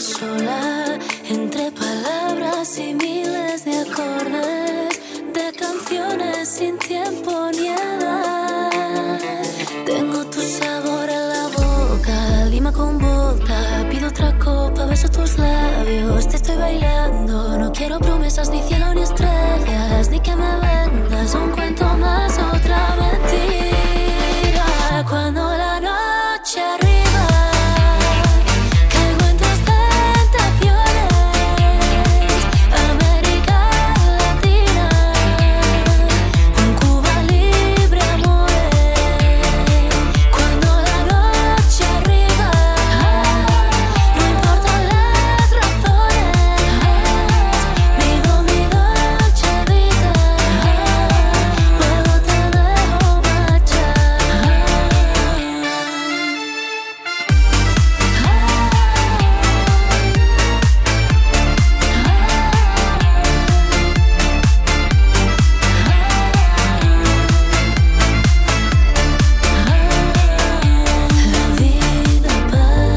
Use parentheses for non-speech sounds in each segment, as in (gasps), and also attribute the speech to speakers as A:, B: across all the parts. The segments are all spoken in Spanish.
A: sola entre palabras y miles de acordes de canciones sin tiempo ni edad. Tengo tu sabor en la boca, lima con vodka, pido otra copa, beso tus labios, te estoy bailando, no quiero promesas ni cielo ni estrellas, ni que me vendas un cuento más otra mentira. Cuando la noche arriba Caigo en tus tentaciones América Latina Un Cuba libre, amores Cuando la noche arriba No importan las razones Vivo mi noche vida Luego te dejo marchar La vida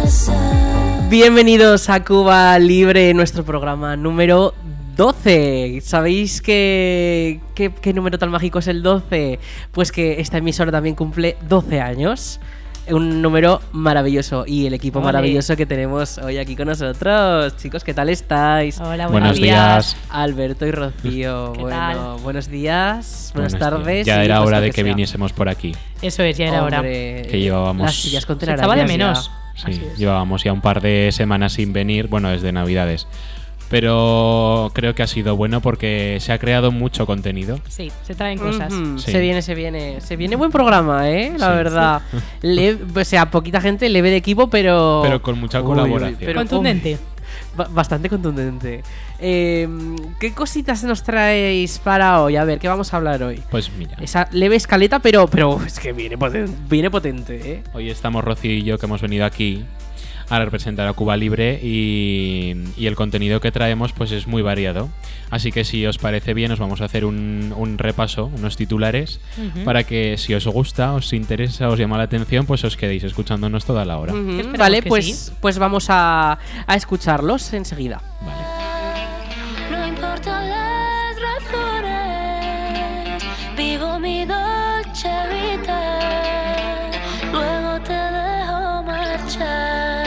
A: pasa
B: Bienvenidos a Cuba Libre, nuestro programa número 12. ¿Sabéis qué, qué, qué número tan mágico es el 12? Pues que esta emisora también cumple 12 años. Un número maravilloso y el equipo
C: Ole.
B: maravilloso que tenemos hoy aquí con nosotros. Chicos, ¿qué tal estáis?
C: Hola, buenos,
D: Buenos días.
B: Alberto y Rocío.
C: ¿Qué
B: bueno,
C: tal?
B: buenos días, buenas
D: Buenos
B: tardes.
D: días. Ya
B: y
D: era
B: pues
D: hora
B: lo
D: de que
B: sea.
D: viniésemos por aquí.
C: Eso es, ya era hora.
B: Hombre, eh,
D: Que llevábamos-
B: Las sillas con
C: Se echaba de
B: telarañas ya.
C: menos.
D: Sí,
C: Así es.
D: llevábamos ya un par de semanas sin venir, bueno, desde Navidades. Pero creo que ha sido bueno porque se ha creado mucho contenido.
C: Sí, se traen cosas.
B: Ujú,
D: Sí.
B: Se viene, se viene. Se viene buen programa, ¿eh? La
D: Sí.
B: verdad. Le- o sea, poquita gente, leve de equipo, pero.
D: Pero con mucha colaboración. Pero,
C: Contundente.
B: uy, ba- bastante contundente. Eh, ¿Qué cositas nos traéis para hoy? A ver, ¿qué vamos a hablar hoy?
D: Pues mira,
B: Esa leve escaleta, pero, pero es que viene potente, viene potente ¿eh?
D: hoy estamos Rocío y yo que hemos venido aquí a representar a Cuba Libre y, y el contenido que traemos pues es muy variado. Así que si os parece bien os vamos a hacer un, un repaso, unos titulares,
C: Ujú.
D: para que si os gusta, os interesa, os llama la atención, pues os quedéis escuchándonos toda la hora.
B: Ujú,
C: esperamos
B: Vale,
C: que
B: pues,
C: sí.
B: pues vamos a, a escucharlos enseguida.
D: Vale.
A: No importan las razones, vivo mi dolce vida, luego te dejo marchar.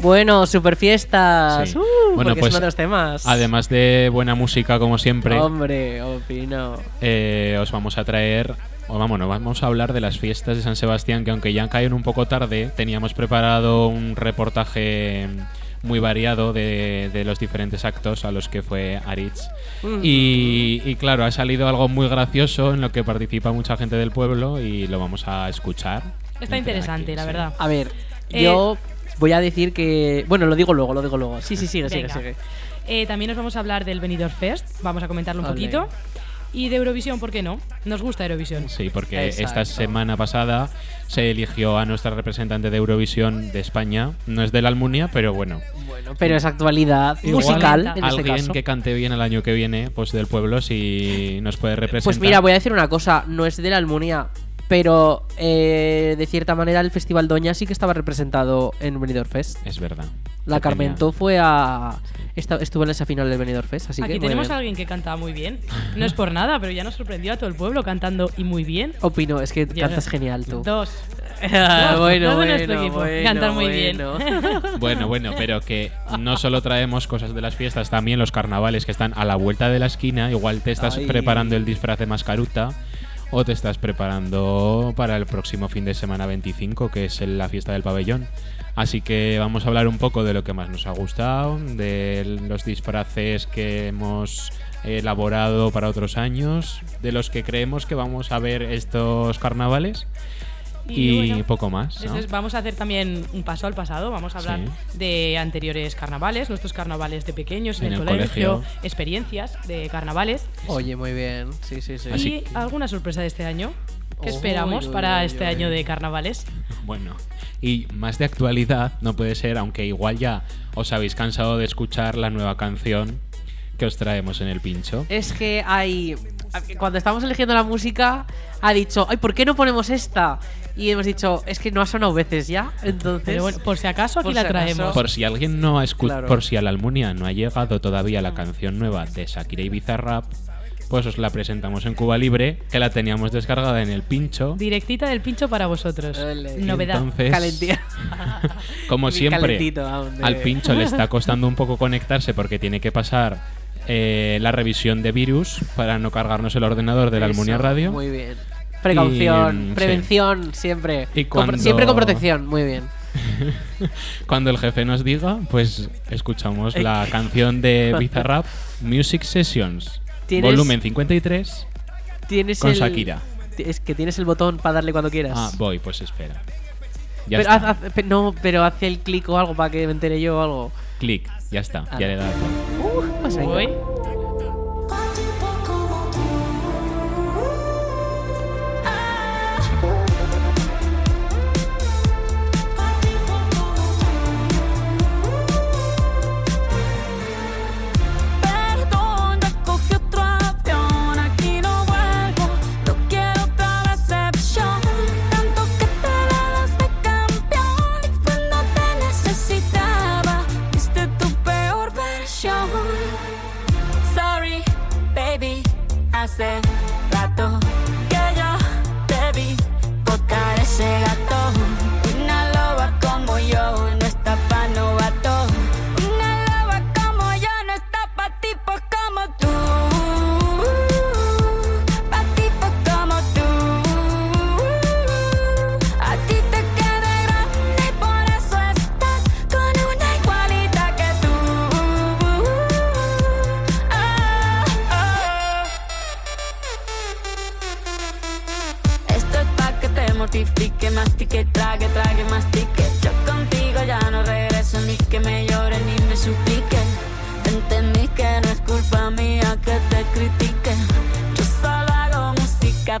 B: Bueno, super fiestas.
D: Sí. Bueno,
B: porque
D: pues,
B: es uno de los temas.
D: Además de buena música, como siempre,
B: Hombre, opino.
D: eh, os vamos a traer. O vamos, no, vamos a hablar de las fiestas de San Sebastián, que aunque ya caen un poco tarde, teníamos preparado un reportaje muy variado de, de los diferentes actos a los que fue Aritz. Y, y claro, ha salido algo muy gracioso en lo que participa mucha gente del pueblo y lo vamos a escuchar.
C: Está interesante, la
D: sí.
C: verdad.
B: A ver,
C: Eh,
B: yo voy a decir que. Bueno, lo digo luego, lo digo luego. Sí, sí, sigue, sigue,
C: Venga.
B: sigue.
C: Eh, también nos vamos a hablar del Benidorm Fest, vamos a comentarlo un
B: Ole.
C: poquito. Y de Eurovisión, ¿por qué no? Nos gusta Eurovisión.
D: Sí, porque
B: Exacto.
D: esta semana pasada se eligió a nuestra representante de Eurovisión de España. No es de la Almunia, pero bueno.
B: Bueno, pero es actualidad
C: Igual
B: musical en este
D: Alguien
B: caso.
D: que cante bien el año que viene, pues del pueblo, si nos puede representar.
B: Pues mira, voy a decir una cosa, no es de la Almunia. Pero eh, de cierta manera el Festival Doña sí que estaba representado en Benidorm Fest.
D: Es verdad.
B: La
D: Que
B: Carmentó fue a esta- estuvo en esa final del Benidorm Fest, así que
C: Aquí
B: muy
C: tenemos
B: bien.
C: a alguien que canta muy bien. No es por nada, pero ya nos sorprendió a todo el pueblo cantando y muy bien.
B: opino, es que
C: Ya
B: cantas
C: no-
B: genial tú.
C: Dos.
B: (laughs) Ah,
C: Dos,
B: bueno,
C: dos de nuestro
B: bueno,
C: equipo.
B: bueno,
C: Cantan muy
B: (laughs)
C: bien. (laughs)
B: bueno.
D: tenía-
A: (laughs)
D: Bueno, bueno, pero que no solo traemos cosas de las fiestas, también los carnavales que están a la vuelta de la esquina. Igual te estás
B: Ay.
D: preparando el disfraz de mascaruta. O te estás preparando para el próximo fin de semana 25, que es el- la fiesta del pabellón. Así que vamos a hablar un poco de lo que más nos ha gustado, de los disfraces que hemos elaborado para otros años, de los que creemos que vamos a ver estos carnavales y,
C: bueno,
D: poco más. ¿no?
C: entonces vamos a hacer también un paso al pasado. Vamos a hablar de anteriores carnavales, nuestros carnavales de pequeños en, el, colegio, experiencias de carnavales
B: Oye, muy bien. Sí, sí, sí.
D: Así-
C: y alguna sorpresa de este año. ¿Qué
B: Uy,
C: esperamos
B: uy,
C: para
B: uy,
C: este
B: uy.
C: año de carnavales?
D: Bueno, y más de actualidad no puede ser, aunque igual ya os habéis cansado de escuchar la nueva canción que os traemos en el pincho.
B: Es que hay. cuando estábamos eligiendo la música, ha dicho, ay, ¿por qué no ponemos esta? Y hemos dicho, es que no ha sonado veces ya, entonces...
C: Pero bueno, por si acaso aquí
B: Por
C: la
B: si acaso.
C: traemos.
D: Por si alguien no ha escu-
B: Claro.
D: por si a la Almunia no ha llegado todavía la canción nueva de Shakira y Bizarrap, pues os la presentamos en Cuba Libre, que la teníamos descargada en el pincho. (laughs)
C: Directita del pincho para vosotros.
B: Ole.
C: Novedad.
D: Entonces,
B: Calentía.
C: (laughs)
D: como
B: Bien
D: siempre,
B: calentito, aún de-
D: al pincho
B: (laughs)
D: le está costando un poco conectarse porque tiene que pasar eh, la revisión de virus para no cargarnos el ordenador de la Almunia
B: Eso,
D: Radio.
B: Muy bien. Precaución,
D: Y, mm,
B: prevención, siempre.
D: Y
B: Con-
D: cuando-
B: Siempre con protección, muy bien.
D: (laughs) Cuando el jefe nos diga, pues escuchamos la canción
B: (laughs)
D: de Bizarrap, Music Sessions,
B: Tienes-
D: volumen 53.
B: Tienes
D: Con
B: el-
D: Shakira.
B: ti- Es que tienes el botón para darle cuando quieras.
D: Ah, voy, pues espera. Ya
B: pero
D: está.
B: haz- haz- pe- no, pero hace el clic o algo para que me entere yo o algo.
D: Clic, ya está,
B: Ah.
D: ya le he dado.
B: Pues venga.
C: Uy.
E: Un tipo como tú. Ah. Un tipo como tú. Perdón, ya cogí otro avión, aquí no vuelvo. No quiero otra decepción. Tanto que te dabas de campeón y cuando te necesitaba, viste tu peor versión. Sorry, baby, hace rato que yo te vi tocar ese gato. Una loba como yo no está pa' novato. Una loba como yo no está pa' tipos como tú. Pa' tipos como tú. Mm-hmm. A ti te queda grande y por eso estás con una igualita que tú. Ah, ah. Esto es pa' que te mortifique, mastique, trague, trague, mastique. Yo contigo ya no regreso ni que me llore ni me suplique. Entendí que no es culpa mía que te critique. Yo solo hago música,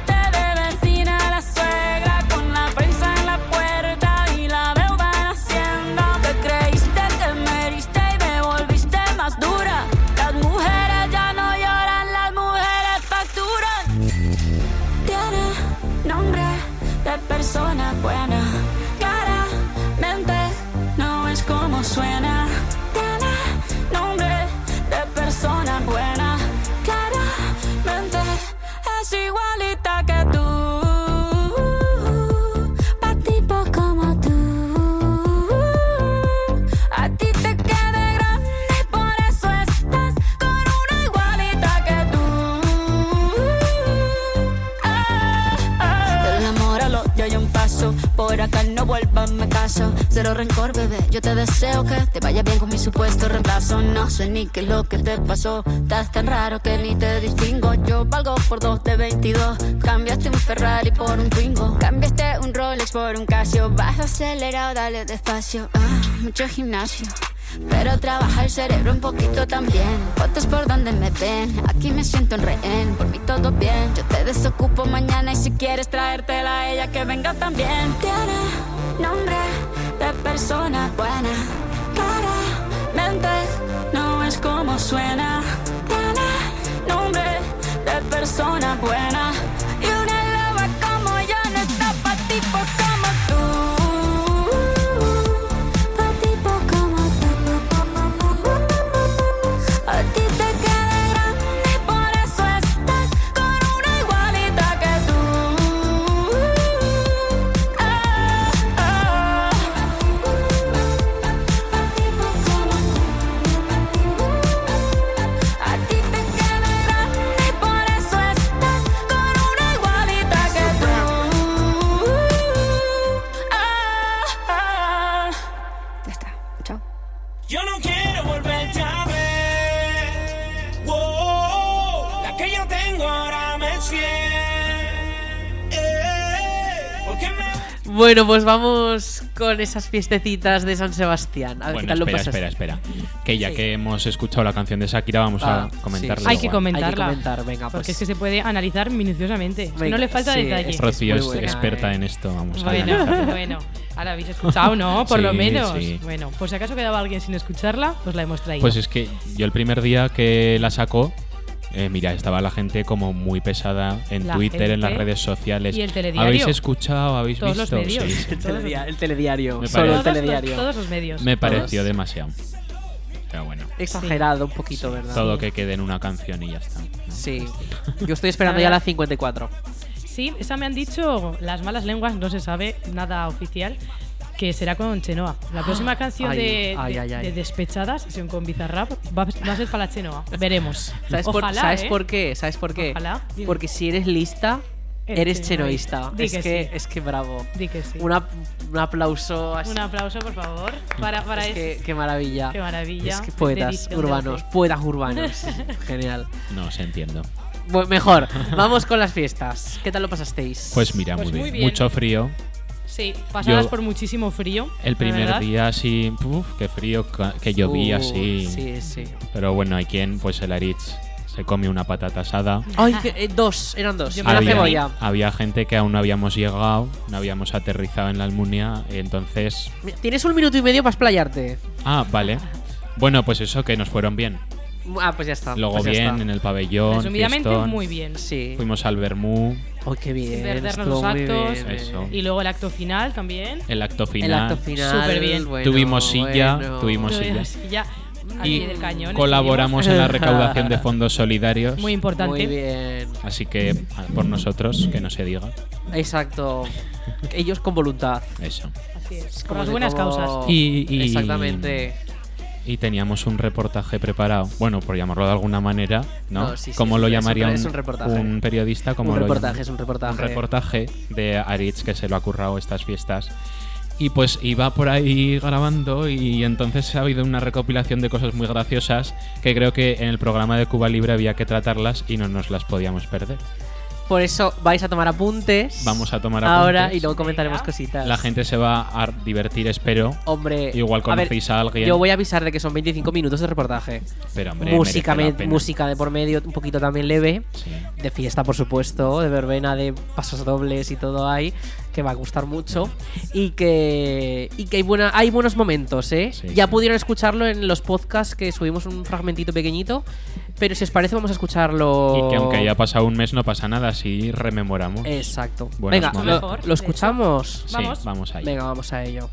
E: de vecina a la suegra con la prensa en la puerta y la deuda en hacienda. Te creíste que me heriste y me volviste más dura. Las mujeres ya no lloran, las mujeres facturan. Tiene nombre de persona buena. Claramente no es como suena. Tiene nombre de persona buena. Claramente es igualita que tú. Pa' tipo como tú. A ti te queda grande, por eso estás con una igualita que tú. Ah, ah. Del amor al odio hay un paso, por acá no vuelvas, me caso. Cero rencor, bebé, yo te deseo que te vaya bien con mi supuesto reemplazo. No sé ni qué es lo que te pasó, estás tan raro que ni te distingo. Yo valgo por dos de 22, cambiaste un Ferrari por un Twingo. Cambiaste un Rolex por un Casio, vas acelerado, dale despacio. Ah, mucho gimnasio. Pero trabaja el cerebro un poquito también. Fotos por donde me ven, aquí me siento en rehén. Por mí todo bien, yo te desocupo mañana y si quieres traértela a ella que venga también. Tiene nombre de persona buena, claramente no es como suena. Tiene nombre de persona buena y una loba como yo no está pa' pues, tipos como tú. Pa' tipo como tú. A ti te queda grande, por eso estás con una igualita que tú. Ah, ah. Pa' tipo como tú. A ti te queda grande, por eso estás con una Ah,
B: Bueno, pues vamos con esas fiestecitas de San Sebastián. A ver
D: Bueno,
B: qué tal lo
D: espera,
B: pasas.
D: espera, espera. Que ya
B: Sí.
D: que hemos escuchado la canción de Shakira, vamos
B: Ah, sí,
D: a comentarla.
B: sí,
C: Hay
B: sí.
C: que
D: igual.
C: comentarla.
B: Hay que comentar, venga, pues.
C: Porque es que se puede analizar minuciosamente. Es que
B: Venga,
C: no le falta
B: sí,
C: detalle.
B: es-
D: Rocío
B: muy
D: es
B: buena,
D: experta
B: eh.
D: en esto, vamos a
C: Bueno,
D: analizarlo.
C: (laughs) bueno. Ahora habéis escuchado, ¿no? Por lo
D: Sí,
C: menos.
D: sí.
C: Bueno, por si acaso quedaba alguien sin escucharla, pues la hemos traído.
D: Pues es que yo el primer día que la sacó, eh, mira, estaba la gente como muy pesada en
C: La
D: Twitter, en las
C: gente
D: redes sociales.
C: y el telediario.
D: ¿Habéis escuchado? ¿Habéis
C: Todos los
D: visto?
C: medios.
D: Sí,
C: (laughs)
D: sí.
B: El telediario, el telediario solo
D: Me
B: el
D: parece.
C: todos, los-
B: telediario.
C: todos los medios.
D: Me
B: Todos.
D: pareció demasiado. Pero bueno,
B: Exagerado un poquito, ¿verdad?
D: todo que quede en una canción y ya está. ¿no?
C: (laughs)
B: Sí. Yo estoy esperando ya la 54.
C: Sí, esa me han dicho las malas lenguas, no se sabe nada oficial, que será con Chenoa.
D: (gasps)
C: La próxima canción
B: Ay,
C: de,
B: ay,
C: de-
B: ay, ay.
C: de Despechadas, sesión con Bizarrap, va, va a ser para la Chenoa. Veremos.
B: ¿Sabes, por,
C: Ojalá,
B: ¿sabes
C: ¿eh?
B: por qué? ¿Sabes por qué?
C: Ojalá. Dime.
B: Porque si eres lista,
C: Eres
B: eres
C: chenoísta.
B: chenoísta.
C: Di
B: Es
C: que
B: que,
C: sí.
B: es que bravo.
C: Di que sí.
B: Una- un aplauso así.
C: Un aplauso, por favor,
D: Mm.
C: para, para
B: Es
C: este-
B: que, qué maravilla.
C: Qué maravilla.
B: Es que poetas
C: Dedición de
B: urbanos,
C: arte.
B: poetas
C: (laughs)
B: urbanos. Genial.
D: No os entiendo.
B: Bu- mejor, vamos con las
C: (laughs)
B: fiestas. ¿Qué tal lo pasasteis?
D: Pues mira,
C: Pues
D: muy,
C: muy
D: bien.
C: bien.
D: Mucho frío.
C: Sí, pasadas
D: Yo-
C: por muchísimo frío.
D: El
C: la
D: primer
C: verdad.
D: día así, puf, qué frío, ca- que llovía
B: Uh,
D: así.
B: Sí, sí.
D: Pero bueno, hay quien, pues el Aritz se come una patata asada.
B: Ay, que- eh, dos, eran dos.
C: Yo
B: A la
C: me la comí.
B: cebolla.
D: había gente que aún no habíamos llegado, no habíamos aterrizado en la Almunia, entonces...
B: Mira, Tienes un minuto y medio para explayarte.
D: Ah, vale. Bueno, pues eso, que nos fueron bien.
B: Ah, pues ya está.
D: Luego
B: pues ya
D: bien,
B: está.
D: en el pabellón,
C: Resumidamente,
D: fiestón.
C: muy bien.
B: Sí.
D: Fuimos al Bermú,
B: Ay, qué bien.
C: Sin perdernos
B: estuvo
C: los
B: muy
C: actos.
B: bien, eh.
D: Eso.
C: Y luego el acto final también.
D: el acto final.
B: El acto final.
C: Superbién.
B: bueno,
D: Tuvimos silla,
B: bueno.
D: tuvimos-
C: Lo de la
D: sí,
C: silla al
D: Y
C: pie del cañón. ¿eh?
D: colaboramos en la recaudación
B: (laughs)
D: de fondos
C: estuvimos.
D: solidarios.
C: Muy importante.
B: Muy bien.
D: Así que a- por nosotros, que no se diga
B: Exacto. Ellos con voluntad.
D: eso.
C: Así es. Por
B: Como
C: las
B: que
C: buenas
B: como-
C: causas.
D: Y- y-
B: Exactamente.
D: Y teníamos un reportaje preparado. Bueno, por llamarlo de alguna manera, ¿no?
B: No, sí, sí,
D: ¿Cómo
B: es
D: lo
B: un-
D: llamaría
B: es un reportaje.
D: un periodista? ¿Cómo
B: un
D: lo
B: reportaje,
D: llama?
B: es un reportaje.
D: un reportaje de Aritz que se lo ha currado estas fiestas. Y pues iba por ahí grabando y entonces ha habido una recopilación de cosas muy graciosas que creo que en el programa de Cuba Libre había que tratarlas y no nos las podíamos perder.
B: Por eso vais a tomar apuntes.
D: Vamos a tomar
B: Ahora
D: apuntes.
B: y luego comentaremos
C: Venga.
B: cositas.
D: La gente se va a divertir, espero.
B: Hombre.
D: Igual
B: a ver,
D: conocéis a, alguien.
B: Yo voy a avisar de que son 25 minutos de reportaje.
D: Pero hombre,
B: música,
D: merece la
B: me-
D: pena.
B: música de por medio, un poquito también leve.
D: Sí.
B: De fiesta, por supuesto, de verbena, de pasos dobles y todo ahí, que va a gustar mucho. Y que, y que hay, buena, hay buenos momentos, ¿eh?
D: Sí,
B: ya
D: sí.
B: pudieron escucharlo en los podcasts que subimos un fragmentito pequeñito, pero si os parece vamos a escucharlo...
D: Y que aunque haya pasado un mes no pasa nada si rememoramos.
B: Exacto.
D: Buenos
B: Venga,
D: momentos.
B: lo,
C: Mejor,
B: lo
C: de
B: escuchamos.
D: Sí,
C: ¿vamos?
D: vamos ahí.
B: Venga, vamos a ello.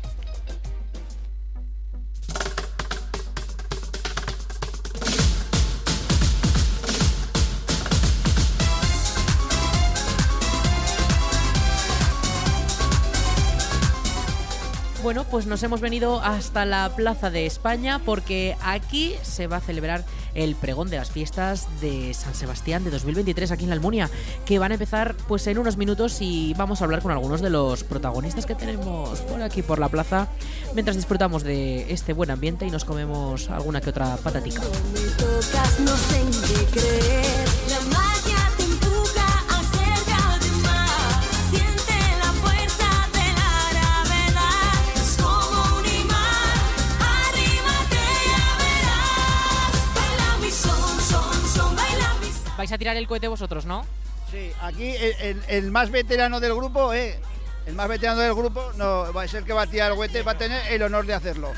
B: Bueno, pues nos hemos venido hasta la Plaza de España porque aquí se va a celebrar el pregón de las fiestas de San Sebastián de 2023 aquí en la Almunia, que van a empezar pues en unos minutos y vamos a hablar con algunos de los protagonistas que tenemos por aquí por la plaza mientras disfrutamos de este buen ambiente y nos comemos alguna que otra patatica.
A: Cuando me tocas no sé en qué creer. La magia te empuja a ser de más. Siente la fuerza de la gravedad. Es como un imán. Arrímate ya verás. Baila mi son, son, son, baila mi son.
B: Vais a tirar el cohete vosotros, ¿no?
F: Sí, aquí el, el- el más veterano del grupo, eh, el más veterano del grupo, no va a ser que va a tirar el cohete, va a tener el honor de hacerlo.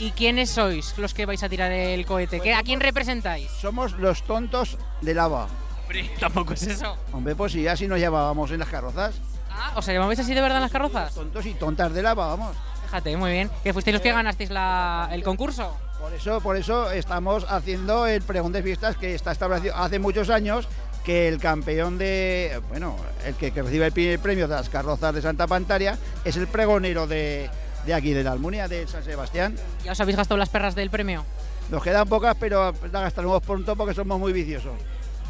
B: ¿Y quiénes sois los que vais a tirar el cohete? ¿A quién representáis?
F: Somos los tontos de lava.
B: (laughs) tampoco es eso.
F: Hombre, pues si así nos llevábamos en las carrozas.
B: Ah, ¿os llamabais así de verdad en las carrozas?
F: Tontos y tontas de lava, vamos. Eh.
B: Fíjate, muy bien. Que fuisteis los que ganasteis la- el concurso.
F: Por eso, por eso estamos haciendo el pregón de fiestas que está establecido hace muchos años que el campeón de, bueno, el que, que recibe el primer premio de las carrozas de Santa Pantaria es el pregonero de, de aquí, de la Almunia, de San Sebastián.
B: Ya os habéis gastado las perras del premio.
F: Nos quedan pocas, pero las gastaremos pronto porque somos muy viciosos.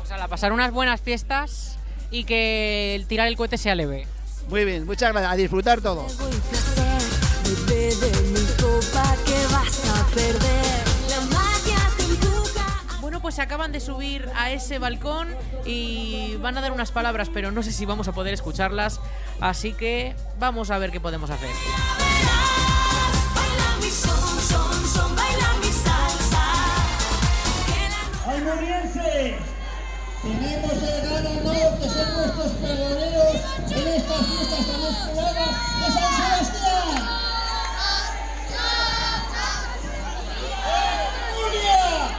B: O sea, la pasar unas buenas fiestas y que el tirar el cohete sea leve.
F: Muy bien, muchas gracias. A disfrutar todos.
A: Luego el placer, bebé de mi copa que vas a perder. La magia te empuja a
B: Bueno, pues se acaban de subir a ese balcón y van a dar unas palabras, pero no sé si vamos a poder escucharlas. Así que vamos a ver qué podemos hacer.
A: ¡Almorienses! Tenemos el gran honor de ser nuestros pregoneros en estas fiestas tan esperadas de San Sebastián. ¡Julia!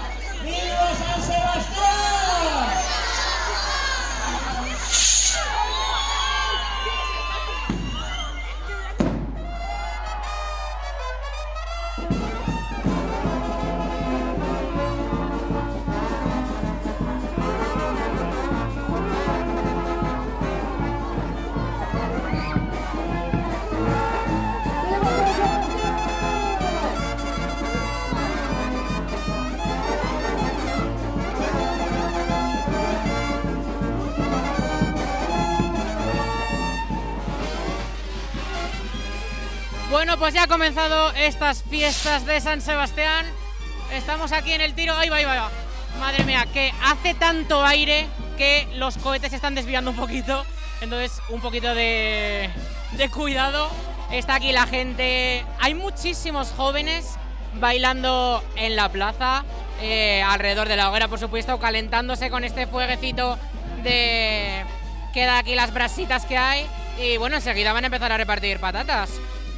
A: ¡Viva San Sebastián!
B: Bueno, pues ya ha comenzado estas fiestas de San Sebastián. Estamos aquí en el tiro. Ahí va, ahí va, ahí va. Madre mía, que hace tanto aire que los cohetes se están desviando un poquito. Entonces, un poquito de, de cuidado. Está aquí la gente. Hay muchísimos jóvenes bailando en la plaza, eh, alrededor de la hoguera, por supuesto, calentándose con este fueguecito de. Queda aquí las brasitas que hay. Y bueno, enseguida van a empezar a repartir patatas.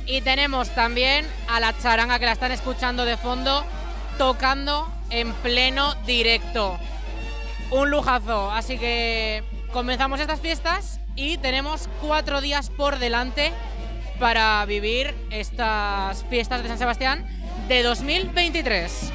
B: Y tenemos también a la charanga que la están escuchando de fondo, tocando en pleno directo. Un lujazo. Así que comenzamos estas fiestas y tenemos cuatro días por delante para vivir estas fiestas de San Sebastián de 2023.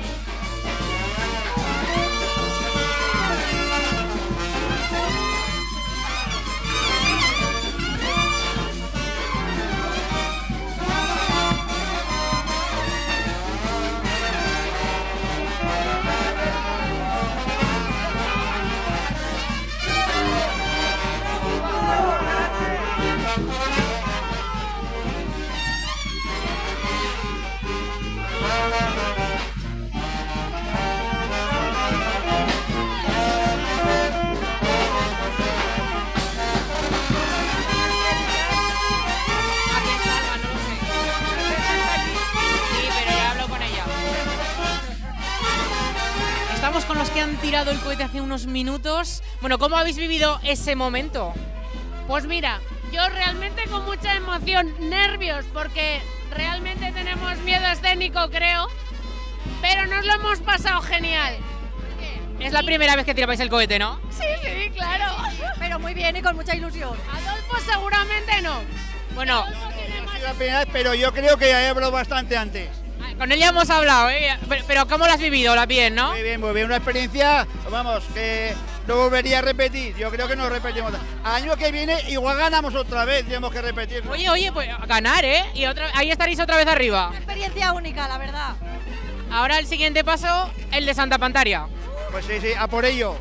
B: ¿A quién salva? No lo sé. Sí, pero ya hablo con ella. Estamos con los que han tirado el cohete hace unos minutos. Bueno, ¿cómo habéis vivido ese momento?
G: Pues mira, yo realmente con mucha emoción, nervios, porque realmente tenemos miedo escénico, creo. Pero nos lo hemos pasado genial.
B: Es la primera vez que tirabais el cohete, ¿no?
G: Sí, sí, claro.
H: Pero muy bien y con mucha ilusión.
G: Adolfo seguramente no.
B: Bueno,
G: Adolfo tiene
F: Ha
G: más-
F: sido la primera vez, pero yo creo que ya he hablado bastante antes.
B: Ah, con ella hemos hablado, ¿eh? Pero- Pero ¿cómo lo has vivido? ¿La bien, no?
F: Muy bien, muy bien. Una experiencia, vamos, que no volvería a repetir. Yo creo que no repetimos. Año que viene igual ganamos otra vez, tenemos que repetirlo.
B: Oye, oye, pues ganar, ¿eh? Y otra, ahí estaréis otra vez arriba.
H: Una experiencia única, la verdad.
B: Ahora el siguiente paso, el de Santa Pantaria.
F: Pues sí, sí, a por ello.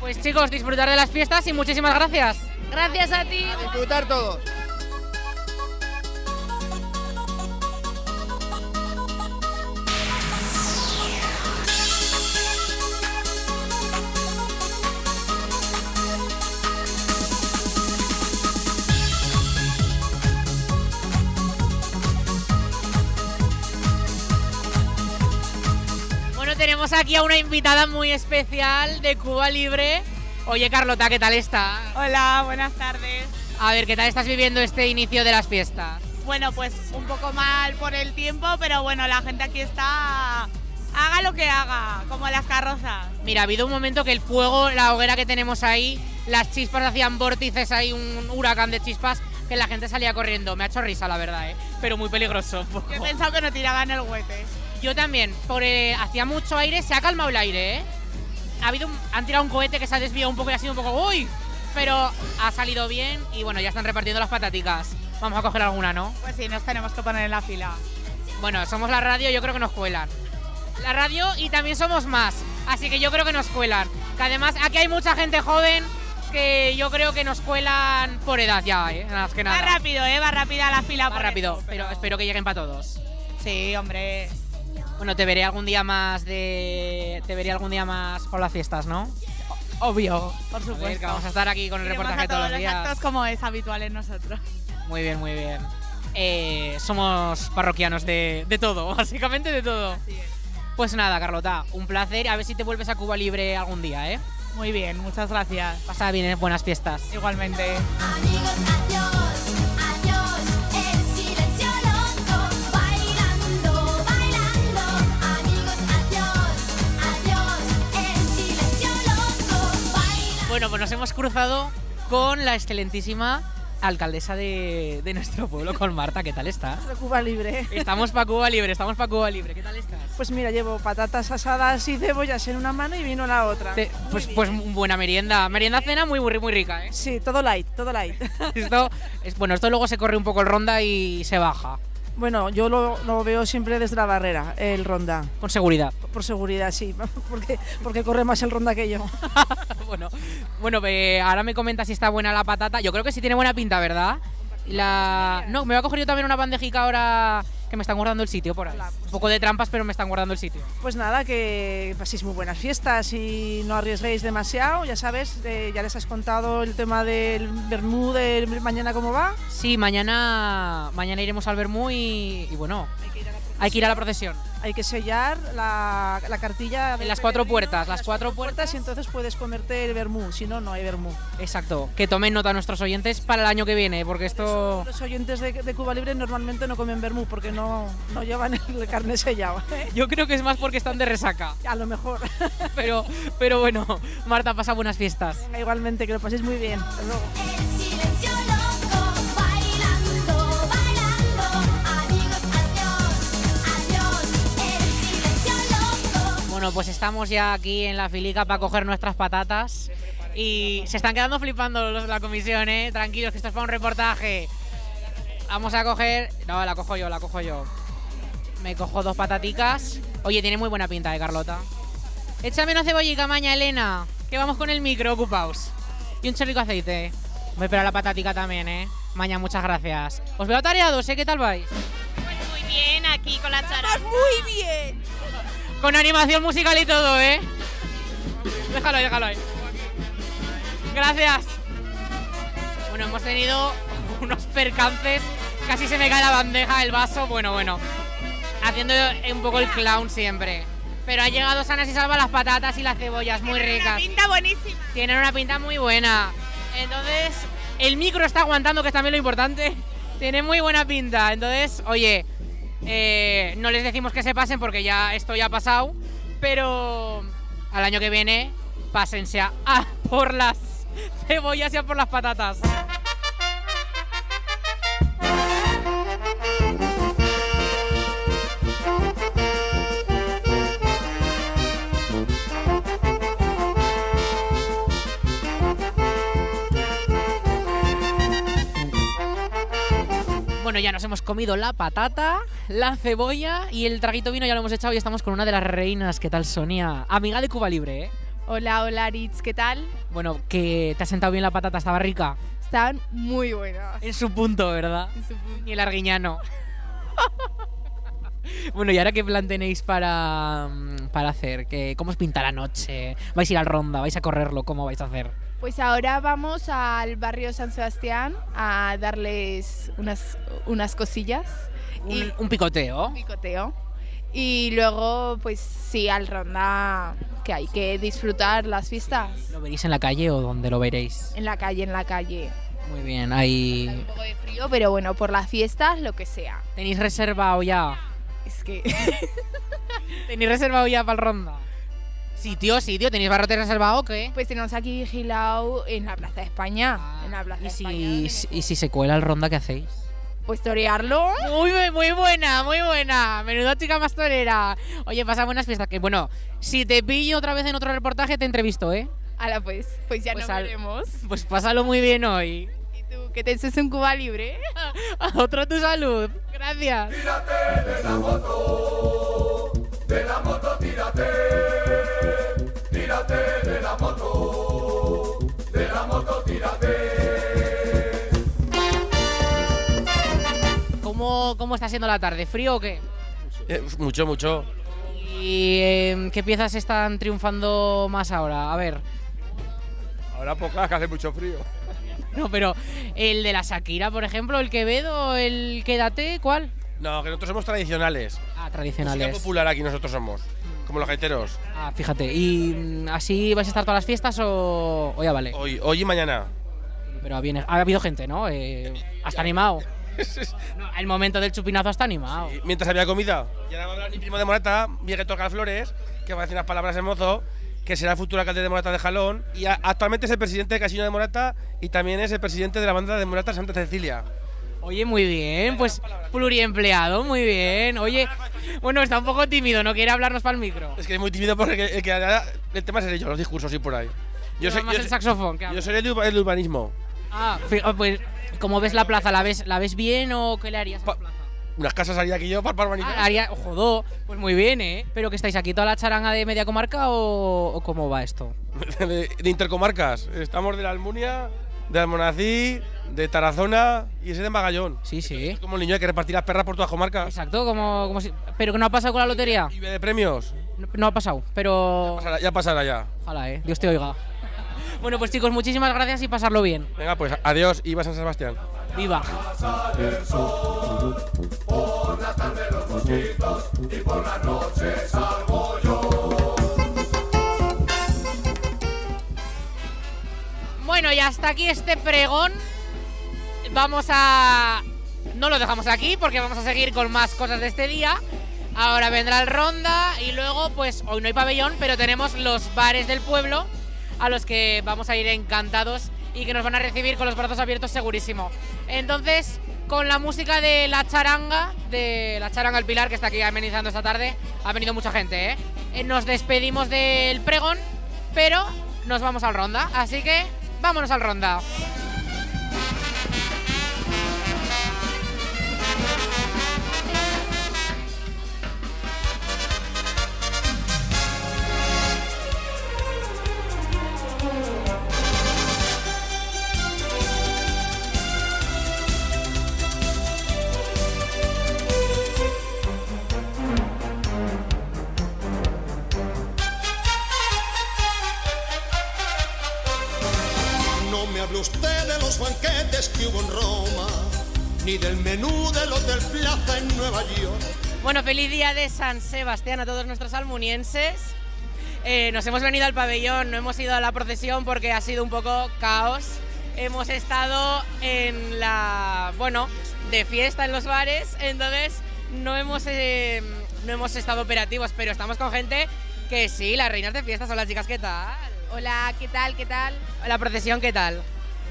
B: Pues chicos, disfrutar de las fiestas y muchísimas gracias.
G: Gracias a ti.
F: A disfrutar todos.
B: Bueno, tenemos aquí a una invitada muy especial de Cuba Libre. Oye, Carlota, ¿qué tal está?
I: Hola, Ah, buenas tardes.
B: A ver, ¿qué tal estás viviendo este inicio de las fiestas?
I: Bueno, pues un poco mal por el tiempo, pero bueno, la gente aquí está. Haga lo que haga, como las carrozas.
B: Mira, ha habido un momento que el fuego, la hoguera que tenemos ahí, las chispas hacían vórtices, hay un huracán de chispas que la gente salía corriendo. Me ha hecho risa, la verdad, ¿eh? Pero muy peligroso. un poco.
I: Yo he pensado que no tiraban el huete.
B: Yo también, por eh, hacía mucho aire, se ha calmado el aire, ¿eh? Ha habido un- han tirado un cohete que se ha desviado un poco y ha sido un poco ¡Uy! Pero ha salido bien y bueno, ya están repartiendo las pataticas. Vamos a coger alguna, ¿no?
I: Pues sí, nos tenemos que poner en la fila.
B: Bueno, somos la radio, yo creo que nos cuelan. La radio y también somos más, así que yo creo que nos cuelan. Que además aquí hay mucha gente joven que yo creo que nos cuelan por edad ya, ¿eh? Más que nada.
I: Va rápido, ¿eh? Va rápida la fila.
B: Va
I: por
B: rápido,
I: eso,
B: pero espero que lleguen para todos.
I: Sí, hombre.
B: Bueno, te veré algún día más de. Te veré algún día más por las fiestas, ¿no? Obvio.
I: Por
B: A ver,
I: supuesto.
B: que vamos a estar aquí con el
I: Iremos
B: reportaje
I: a todos
B: todos los
I: los
B: días.
I: actos como es habitual en nosotros.
B: Muy bien, muy bien. Eh, somos parroquianos de, de todo, (laughs) básicamente de todo. Pues nada, Carlota, un placer. A ver si te vuelves a Cuba Libre algún día, ¿eh?
J: Muy bien, muchas gracias.
B: Pasa bien, ¿eh? buenas fiestas.
J: Igualmente.
K: Amigos, adiós, adiós, el silencio loco, bailando, bailando. Amigos, adiós, adiós, el silencio loco, bailando.
B: Bueno, pues nos hemos cruzado con la excelentísima alcaldesa de, de nuestro pueblo, con Marta. ¿Qué tal estás?
H: de Cuba Libre.
B: Estamos para Cuba Libre, estamos para Cuba Libre. ¿Qué tal estás?
H: (laughs) Pues mira, llevo patatas asadas y cebollas en una mano y vino en la otra.
B: Te-
H: Muy
B: pues,
H: bien.
B: pues buena merienda. Merienda cena muy, muy, muy rica, ¿eh?
H: Sí, todo light, todo light.
B: (laughs) Esto, es, bueno, esto luego se corre un poco el ronda y se baja.
H: bueno, yo lo, lo veo siempre desde la barrera, el ronda.
B: Con seguridad.
H: Por seguridad, sí, (laughs) porque, porque corre más el ronda que yo.
B: bueno, bueno eh, ahora me comenta si está buena la patata. Yo creo que sí tiene buena pinta, ¿verdad? La... No, me voy a coger yo también una bandejica ahora que me están guardando el sitio por ahí. Un poco de trampas, pero me están guardando el sitio.
H: Pues nada, que paséis muy buenas fiestas y no arriesguéis demasiado, ya sabes, eh, ya les has contado el tema del vermú de mañana cómo va.
B: Sí, mañana, mañana iremos al Bermú y, y bueno, hay que ir a la procesión.
H: Hay que sellar la, la cartilla.
B: En
H: del
B: las cuatro
H: peregrino,
B: puertas, las
H: las
B: cuatro puertas.
H: puertas y entonces puedes comerte el vermú, si no, no hay vermú.
B: Exacto, que tomen nota nuestros oyentes para el año que viene, porque esto...
H: Los oyentes de, de Cuba Libre normalmente no comen vermú porque no, no llevan el (laughs) carne sellado. ¿eh?
B: Yo creo que es más porque están de resaca. (laughs)
H: A lo mejor.
B: Pero, pero bueno, Marta, pasa buenas fiestas.
H: Igualmente, que lo paséis muy bien. Hasta luego.
K: El silencio loco, bailando, bailando. Amigos, adiós, adiós, el silencio loco.
B: Bueno, pues estamos ya aquí en la filica para coger nuestras patatas. Y se están quedando flipando los de la comisión, ¿eh? Tranquilos, que esto es para un reportaje. Vamos a coger... No, la cojo yo, la cojo yo. Me cojo dos pataticas. Oye, tiene muy buena pinta, ¿eh, Carlota? Échame una cebollica, maña, Elena. Que vamos con el micro, ocupaos. Y un chorrico de aceite. Hombre, pero la patatica también, ¿eh? Maña, muchas gracias. Os veo atareados, ¿eh? ¿Qué tal vais?
L: Pues muy bien, aquí con la charanga.
M: Muy bien.
B: Con animación musical y todo, ¿eh? Déjalo, ahí, déjalo ahí. Gracias. Bueno, hemos tenido (laughs) unos percances. Casi se me cae la bandeja, el vaso. Bueno, bueno. Haciendo un poco el clown siempre. Pero ha llegado sanas y salva las patatas y las cebollas, muy
J: Tiene una
B: ricas.
J: pinta buenísima.
B: Tienen una pinta muy buena. Entonces, el micro está aguantando, que es también lo importante. Tiene muy buena pinta. Entonces, oye, eh, no les decimos que se pasen porque ya esto ya ha pasado. Pero al año que viene, pásense a, a por las cebollas y a por las patatas. Bueno, ya nos hemos comido la patata, la cebolla y el traguito vino ya lo hemos echado y estamos con una de las reinas. ¿Qué tal, Sonia? Amiga de Cuba Libre, ¿eh?
I: Hola, hola Rich, ¿qué tal?
B: Bueno, que te ha sentado bien la patata, estaba rica.
I: Están muy buenas. (laughs)
B: En su punto, ¿verdad?
I: en su punto.
B: Y el arguiñano. bueno, ¿y ahora qué plan tenéis para, mm, para hacer? ¿Qué, ¿Cómo os pinta la noche? ¿Vais a ir al ronda? ¿Vais a correrlo? ¿Cómo vais a hacer?
I: Pues ahora vamos al barrio San Sebastián a darles unas, unas cosillas.
B: ¿Un,
I: Y-
B: un picoteo?
I: Un picoteo. Y luego, pues sí, al ronda que hay que disfrutar las fiestas.
B: ¿Lo veréis en la calle o dónde lo veréis?
I: En la calle, en la calle.
B: Muy bien,
I: Hay un
B: ahí...
I: poco de frío, pero bueno, por las fiestas, lo que sea.
B: ¿Tenéis reservado ya?
I: Es
B: (laughs)
I: que
B: ¿Tenéis reservado ya para el ronda? Sitio, sitio, ¿tenéis barrote reservado o qué? Ah,
I: pues tenemos aquí vigilado en la Plaza de España. en la Plaza
B: ¿Y
I: de España.
B: si, y si se cuela el ronda, qué hacéis?
I: Pues torearlo.
B: Muy, bu- muy buena, muy buena. Menuda chica más torera. Oye, pasa buenas fiestas. Que bueno, si te pillo otra vez en otro reportaje, te entrevisto, ¿eh?
I: Ala, pues, pues ya
B: Pues
I: nos
B: al-
I: veremos.
B: Pues pásalo muy bien hoy. (laughs)
I: Y tú, que te eches un Cuba libre.
B: A otro tu salud. (laughs) Gracias. ¿Cómo, ¿Cómo está siendo la tarde? ¿Frío o qué?
N: Eh, mucho, mucho.
B: ¿Y eh, qué piezas están triunfando más ahora? A ver. (laughs)
N: Ahora pocas que hace mucho frío.
B: No, pero el de la Shakira, por ejemplo, el Quevedo, el Quédate, ¿cuál?
N: No, que nosotros somos tradicionales.
B: Ah, tradicionales.
N: Música popular aquí nosotros somos. Como los gaiteros.
B: Ah, fíjate. ¿Y mm, así vais a estar todas las fiestas o, o ya vale?
N: Hoy, hoy y mañana.
B: Pero viene, ha habido gente, ¿no? Eh, hasta animado. No, el momento del chupinazo hasta animado.
N: Y mientras había comida. Y ahora va a hablar mi primo de Morata, Miguel Tocar Flores, que va a decir unas palabras hermoso, que será el futuro alcalde de Morata de Jalón. Y a- actualmente es el presidente de Casino de Morata y también es el presidente de la banda de Morata Santa Cecilia.
B: Oye, muy bien, pues pluriempleado, muy bien. Oye, bueno, está un poco tímido, no quiere hablarnos para el micro.
N: Es que es muy tímido porque el que, el que hará- el tema seré yo, los discursos y por ahí.
B: Lleva más el saxofón que
N: Yo
B: habla.
N: seré el, urba- el urbanismo.
B: Ah, fi- ah, pues, ¿cómo ves la plaza? ¿La ves, la ves bien o qué le harías? a la plaza?
N: Unas casas haría aquí yo para, para urbanizar.
B: Ah, haría, jodó, pues muy bien, ¿eh? ¿Pero que estáis aquí toda la charanga de media comarca o, o cómo va esto?
N: (laughs) de, de intercomarcas. Estamos de la Almunia, de Almonací, de Tarazona y ese de Magallón.
B: Sí, sí.
N: Es como el niño que repartir las perras por todas las comarcas.
B: Exacto, como, como si- ¿Pero que no ha pasado con la lotería?
N: Y de premios.
B: No, no ha pasado, pero...
N: Pasará- Ya pasará ya.
B: Ojalá, ¿eh? Dios te oiga. (laughs) Bueno, pues chicos, muchísimas gracias y pasarlo bien.
N: Venga, pues adiós, Iba San Sebastián.
B: ¡Viva!
L: Bueno, y hasta aquí este pregón. Vamos a.
B: No lo dejamos aquí porque vamos a seguir con más cosas de este día. Ahora vendrá el ronda y luego, pues hoy no hay pabellón, pero tenemos los bares del pueblo a los que vamos a ir encantados y que nos van a recibir con los brazos abiertos segurísimo. Entonces, con la música de la charanga, de la charanga El Pilar, que está aquí amenizando esta tarde, ha venido mucha gente, ¿eh? Eh, Nos despedimos del pregón, pero nos vamos al ronda, así que vámonos al ronda.
O: No me hable usted de los banquetes que hubo en Roma, ni del menú del Hotel Plaza en Nueva York.
B: Bueno, feliz día de San Sebastián a todos nuestros almunienses. Eh, nos hemos venido al pabellón, no hemos ido a la procesión porque ha sido un poco caos. Hemos estado en la, bueno, de fiesta en los bares, entonces no hemos, eh, no hemos estado operativos, pero estamos con gente que sí, las reinas de fiesta son las chicas, ¿qué tal?
I: Hola, ¿qué tal? ¿Qué tal?
B: La procesión, ¿qué tal?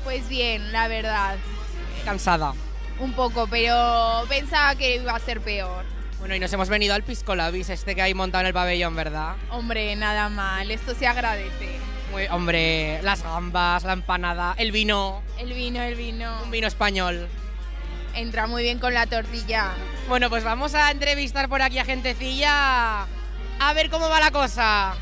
I: Pues bien, la verdad.
B: Cansada.
I: Un poco, pero pensaba que iba a ser peor.
B: Bueno, y nos hemos venido al Piscolabis, este que hay montado en el pabellón, ¿verdad?
I: Hombre, nada mal, esto se agradece.
B: Muy- hombre, las gambas, la empanada, el vino,
I: El vino, el vino.
B: un vino español.
I: Entra muy bien con la tortilla.
B: Bueno, pues vamos a entrevistar por aquí a gentecilla. A ver cómo va la cosa.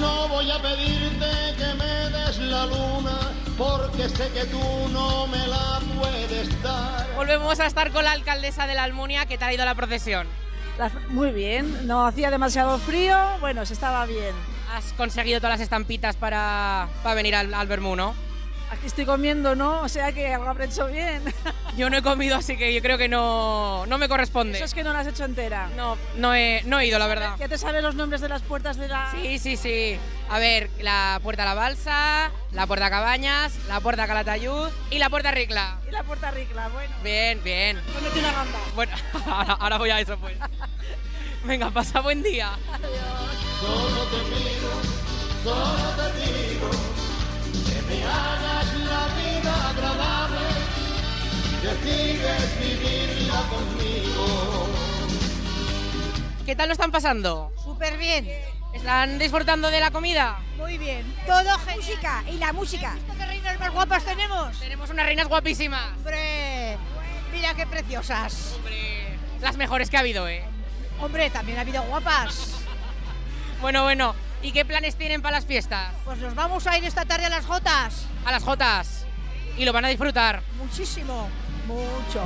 O: No voy a pedirte que me des la luna, porque sé que tú no me la puedes dar.
B: Volvemos a estar con la alcaldesa de la Almunia que te ha ido a la procesión.
H: La- muy bien, no hacía demasiado frío, bueno, se estaba bien.
B: Has conseguido todas las estampitas para, para venir al, al Bermú, ¿no?
H: Aquí estoy comiendo, ¿no? O sea que algo habré hecho bien.
B: Yo no he comido, así que yo creo que no, no me corresponde.
H: Eso es que no la has hecho entera.
B: No, no he, no he ido, la verdad.
H: Ya te sabes los nombres de las puertas de la...
B: Sí, sí, sí. A ver, la puerta a la balsa, la puerta a Cabañas, la puerta a Calatayud y la puerta a Ricla.
H: Y la puerta Ricla, bueno.
B: Bien, bien.
H: Ponete una gamba.
B: Bueno, (laughs) ahora, ahora voy a eso, pues. (laughs) Venga, pasa buen día.
O: Solo te pido, solo te pido que me hagas la vida agradable y decides vivirla conmigo.
B: ¿Qué tal lo están pasando?
P: Súper bien.
B: ¿Están disfrutando de la comida?
P: Muy bien. Todo música y la música. ¿Qué reinas más guapas tenemos?
B: Tenemos Pues unas reinas guapísimas.
P: Hombre, mira qué preciosas.
B: Hombre, Las mejores que ha habido, ¿eh?
P: Hombre, también ha habido guapas.
B: (laughs) Bueno, bueno. ¿Y qué planes tienen para las fiestas?
P: Pues nos vamos a ir esta tarde a las Jotas.
B: A las Jotas. Y lo van a disfrutar.
P: Muchísimo.
M: Mucho.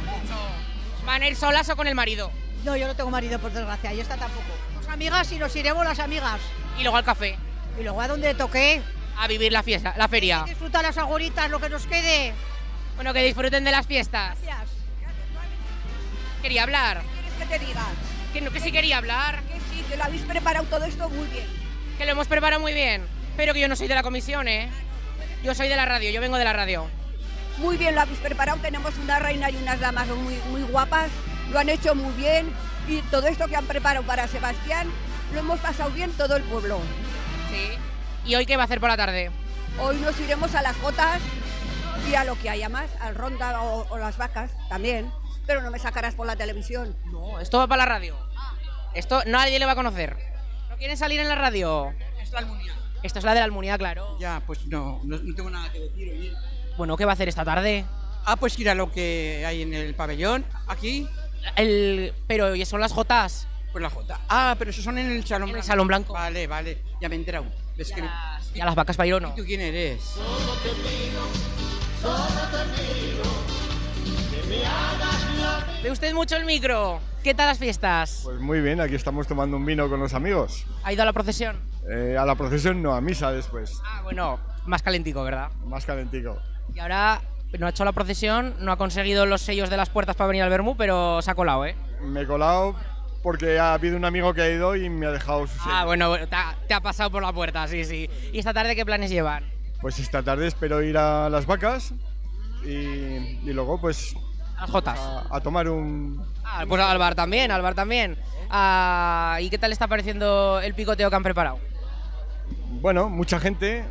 B: ¿Van a ir solas o con el marido?
M: No, yo no tengo marido, por desgracia, y esta tampoco. Pues amigas y nos iremos las amigas.
B: Y luego al café.
M: Y luego a donde toque.
B: A vivir la fiesta, la feria.
M: Disfrutar las agoritas, lo que nos quede.
B: Bueno, que disfruten de las fiestas.
M: Gracias.
B: Quería hablar.
Q: ¿Quieres que te diga?
B: Que, no, que sí quería hablar.
Q: Que sí, que lo habéis preparado todo esto muy bien.
B: Que lo hemos preparado muy bien. Pero que yo no soy de la comisión, ¿eh? Yo soy de la radio, yo vengo de la radio.
Q: Muy bien lo habéis preparado. Tenemos una reina y unas damas muy, muy guapas. Lo han hecho muy bien. Y todo esto que han preparado para Sebastián, lo hemos pasado bien todo el pueblo.
B: Sí. ¿Y hoy qué va a hacer por la tarde?
Q: Hoy nos iremos a las jotas y a lo que haya más, al ronda o, o las vacas también. Pero no me sacarás por la televisión.
B: No, esto va para la radio.
M: Ah.
B: Esto nadie le va a conocer. ¿No quieren salir en la radio?
R: Es la Almunia.
B: Esto es la de la Almunia, claro.
R: Ya, pues no, no, no tengo nada que decir. oye.
B: Bueno, ¿qué va a hacer esta tarde?
R: Ah, pues ir a lo que hay en el pabellón, aquí.
B: El... Pero ¿y son las Jotas.
R: Pues la Jota. Ah, pero esos son en el salón
B: En el
R: blanco.
B: Salón Blanco.
R: Vale, vale, ya me he enterado. Ves que
B: ¿Y a las vacas para ir o no?
R: ¿Y tú quién eres?
B: Ve usted mucho el micro. ¿Qué tal las fiestas?
S: Pues muy bien, aquí estamos tomando un vino con los amigos.
B: ¿Ha ido a la procesión?
S: Eh, a la procesión no, a misa después.
B: Ah, bueno, más calentico, ¿verdad?
S: Más calentico.
B: Y ahora no ha hecho la procesión, no ha conseguido los sellos de las puertas para venir al Bermú, pero se ha colado, ¿eh?
S: Me he colado porque ha habido un amigo que ha ido y me ha dejado su
B: Ah, bueno, bueno, te ha, te ha pasado por la puerta, sí, sí. ¿Y esta tarde qué planes llevan?
S: Pues esta tarde espero ir a las vacas y, y luego pues...
B: A las jotas.
S: A, a tomar un...
B: Ah, pues al bar también, al bar también. Ah, ¿Y qué tal está pareciendo el picoteo que han preparado?
S: Bueno, mucha gente.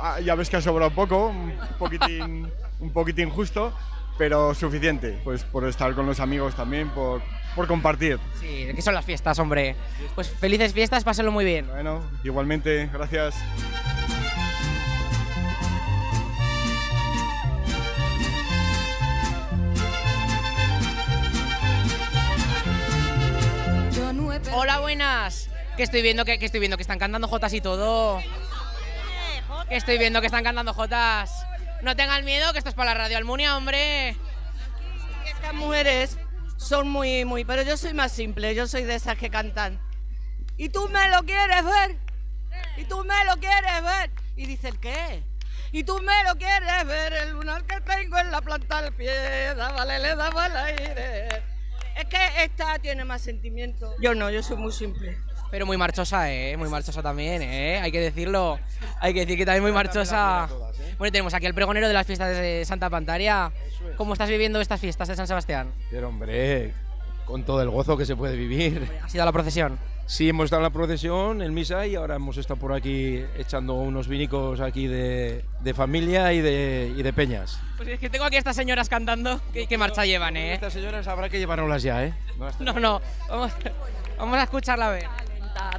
S: Ah, Ya ves que ha sobrado poco, un
B: (laughs)
S: poquitín, un poquitín justo, pero suficiente. Pues por estar con los amigos también, por, por compartir.
B: Sí, Eh, que son las fiestas, hombre. Pues felices fiestas, pásenlo muy bien.
S: Bueno, igualmente, gracias.
B: Hola, buenas. Que estoy viendo que, que estoy viendo que están cantando jotas y todo. Que estoy viendo que están cantando jotas. No tengan miedo, que esto es para la radio Almunia, hombre.
T: Estas mujeres son muy, muy, pero yo soy más simple, yo soy de esas que cantan. Y tú me lo quieres ver, y tú me lo quieres ver. Y dice el qué. Y tú me lo quieres ver, el lunar que tengo en la planta del pie, dábale, le daba el aire. Es que esta tiene más sentimiento. Yo no, yo soy muy simple.
B: Pero muy marchosa, ¿eh? Muy marchosa también, ¿eh? Hay que decirlo. Hay que decir que también muy marchosa.
U: eh.
B: Bueno, y tenemos aquí al pregonero de las fiestas de Santa Pantaria. ¿Cómo estás viviendo estas fiestas de San Sebastián?
U: Pero hombre, con todo el gozo que se puede
B: (laughs)
U: vivir.
B: ¿Has ido a la procesión?
U: Sí, hemos estado en la procesión, en misa, y ahora hemos estado por aquí echando unos vinicos aquí de, de familia y de, y de peñas.
B: Pues es que tengo aquí a estas señoras cantando. ¿Qué, qué marcha llevan, eh?
U: Estas señoras habrá que llevárnoslas ya, ¿eh?
B: No, no. Vamos, vamos a escucharla a ver.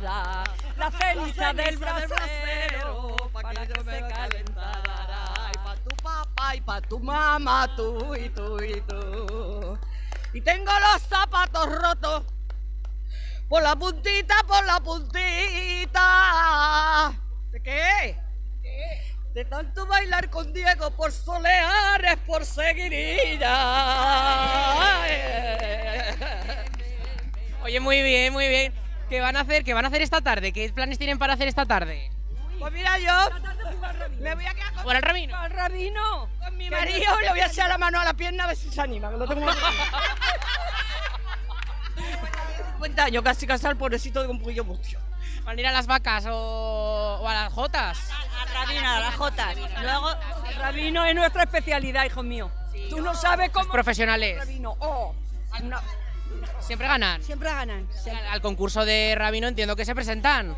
G: La ceniza del brasero, para que se calentara. Y pa' tu papá y pa' tu mamá, tú y tú y tú. Y tengo los zapatos rotos, por la puntita, por la puntita. ¿De qué? De tanto bailar con Diego por soleares, por seguirilla.
B: Oye, muy bien, muy bien. ¿Qué van a hacer? ¿Qué van a hacer esta tarde? ¿Qué planes tienen para hacer esta tarde?
G: Pues mira, yo me voy a quedar con,
B: ¿Por el rabino?
G: con el rabino, con mi
B: Que
G: marido,
B: no-
G: le voy a echar la mano a la pierna a ver si se anima, que lo tengo
B: (laughs)
G: 50 años, casi casado, el pobrecito de un puño mustio.
B: ¿Van a ir a las vacas o, o a las jotas?
G: Al rabino, a las jotas. Luego, el rabino es nuestra especialidad, hijo mío. Tú no sabes cómo...
B: profesionales.
G: Rabino, oh, no.
B: Siempre ganan.
G: Siempre ganan.
B: Al, al concurso de rabino entiendo que se presentan.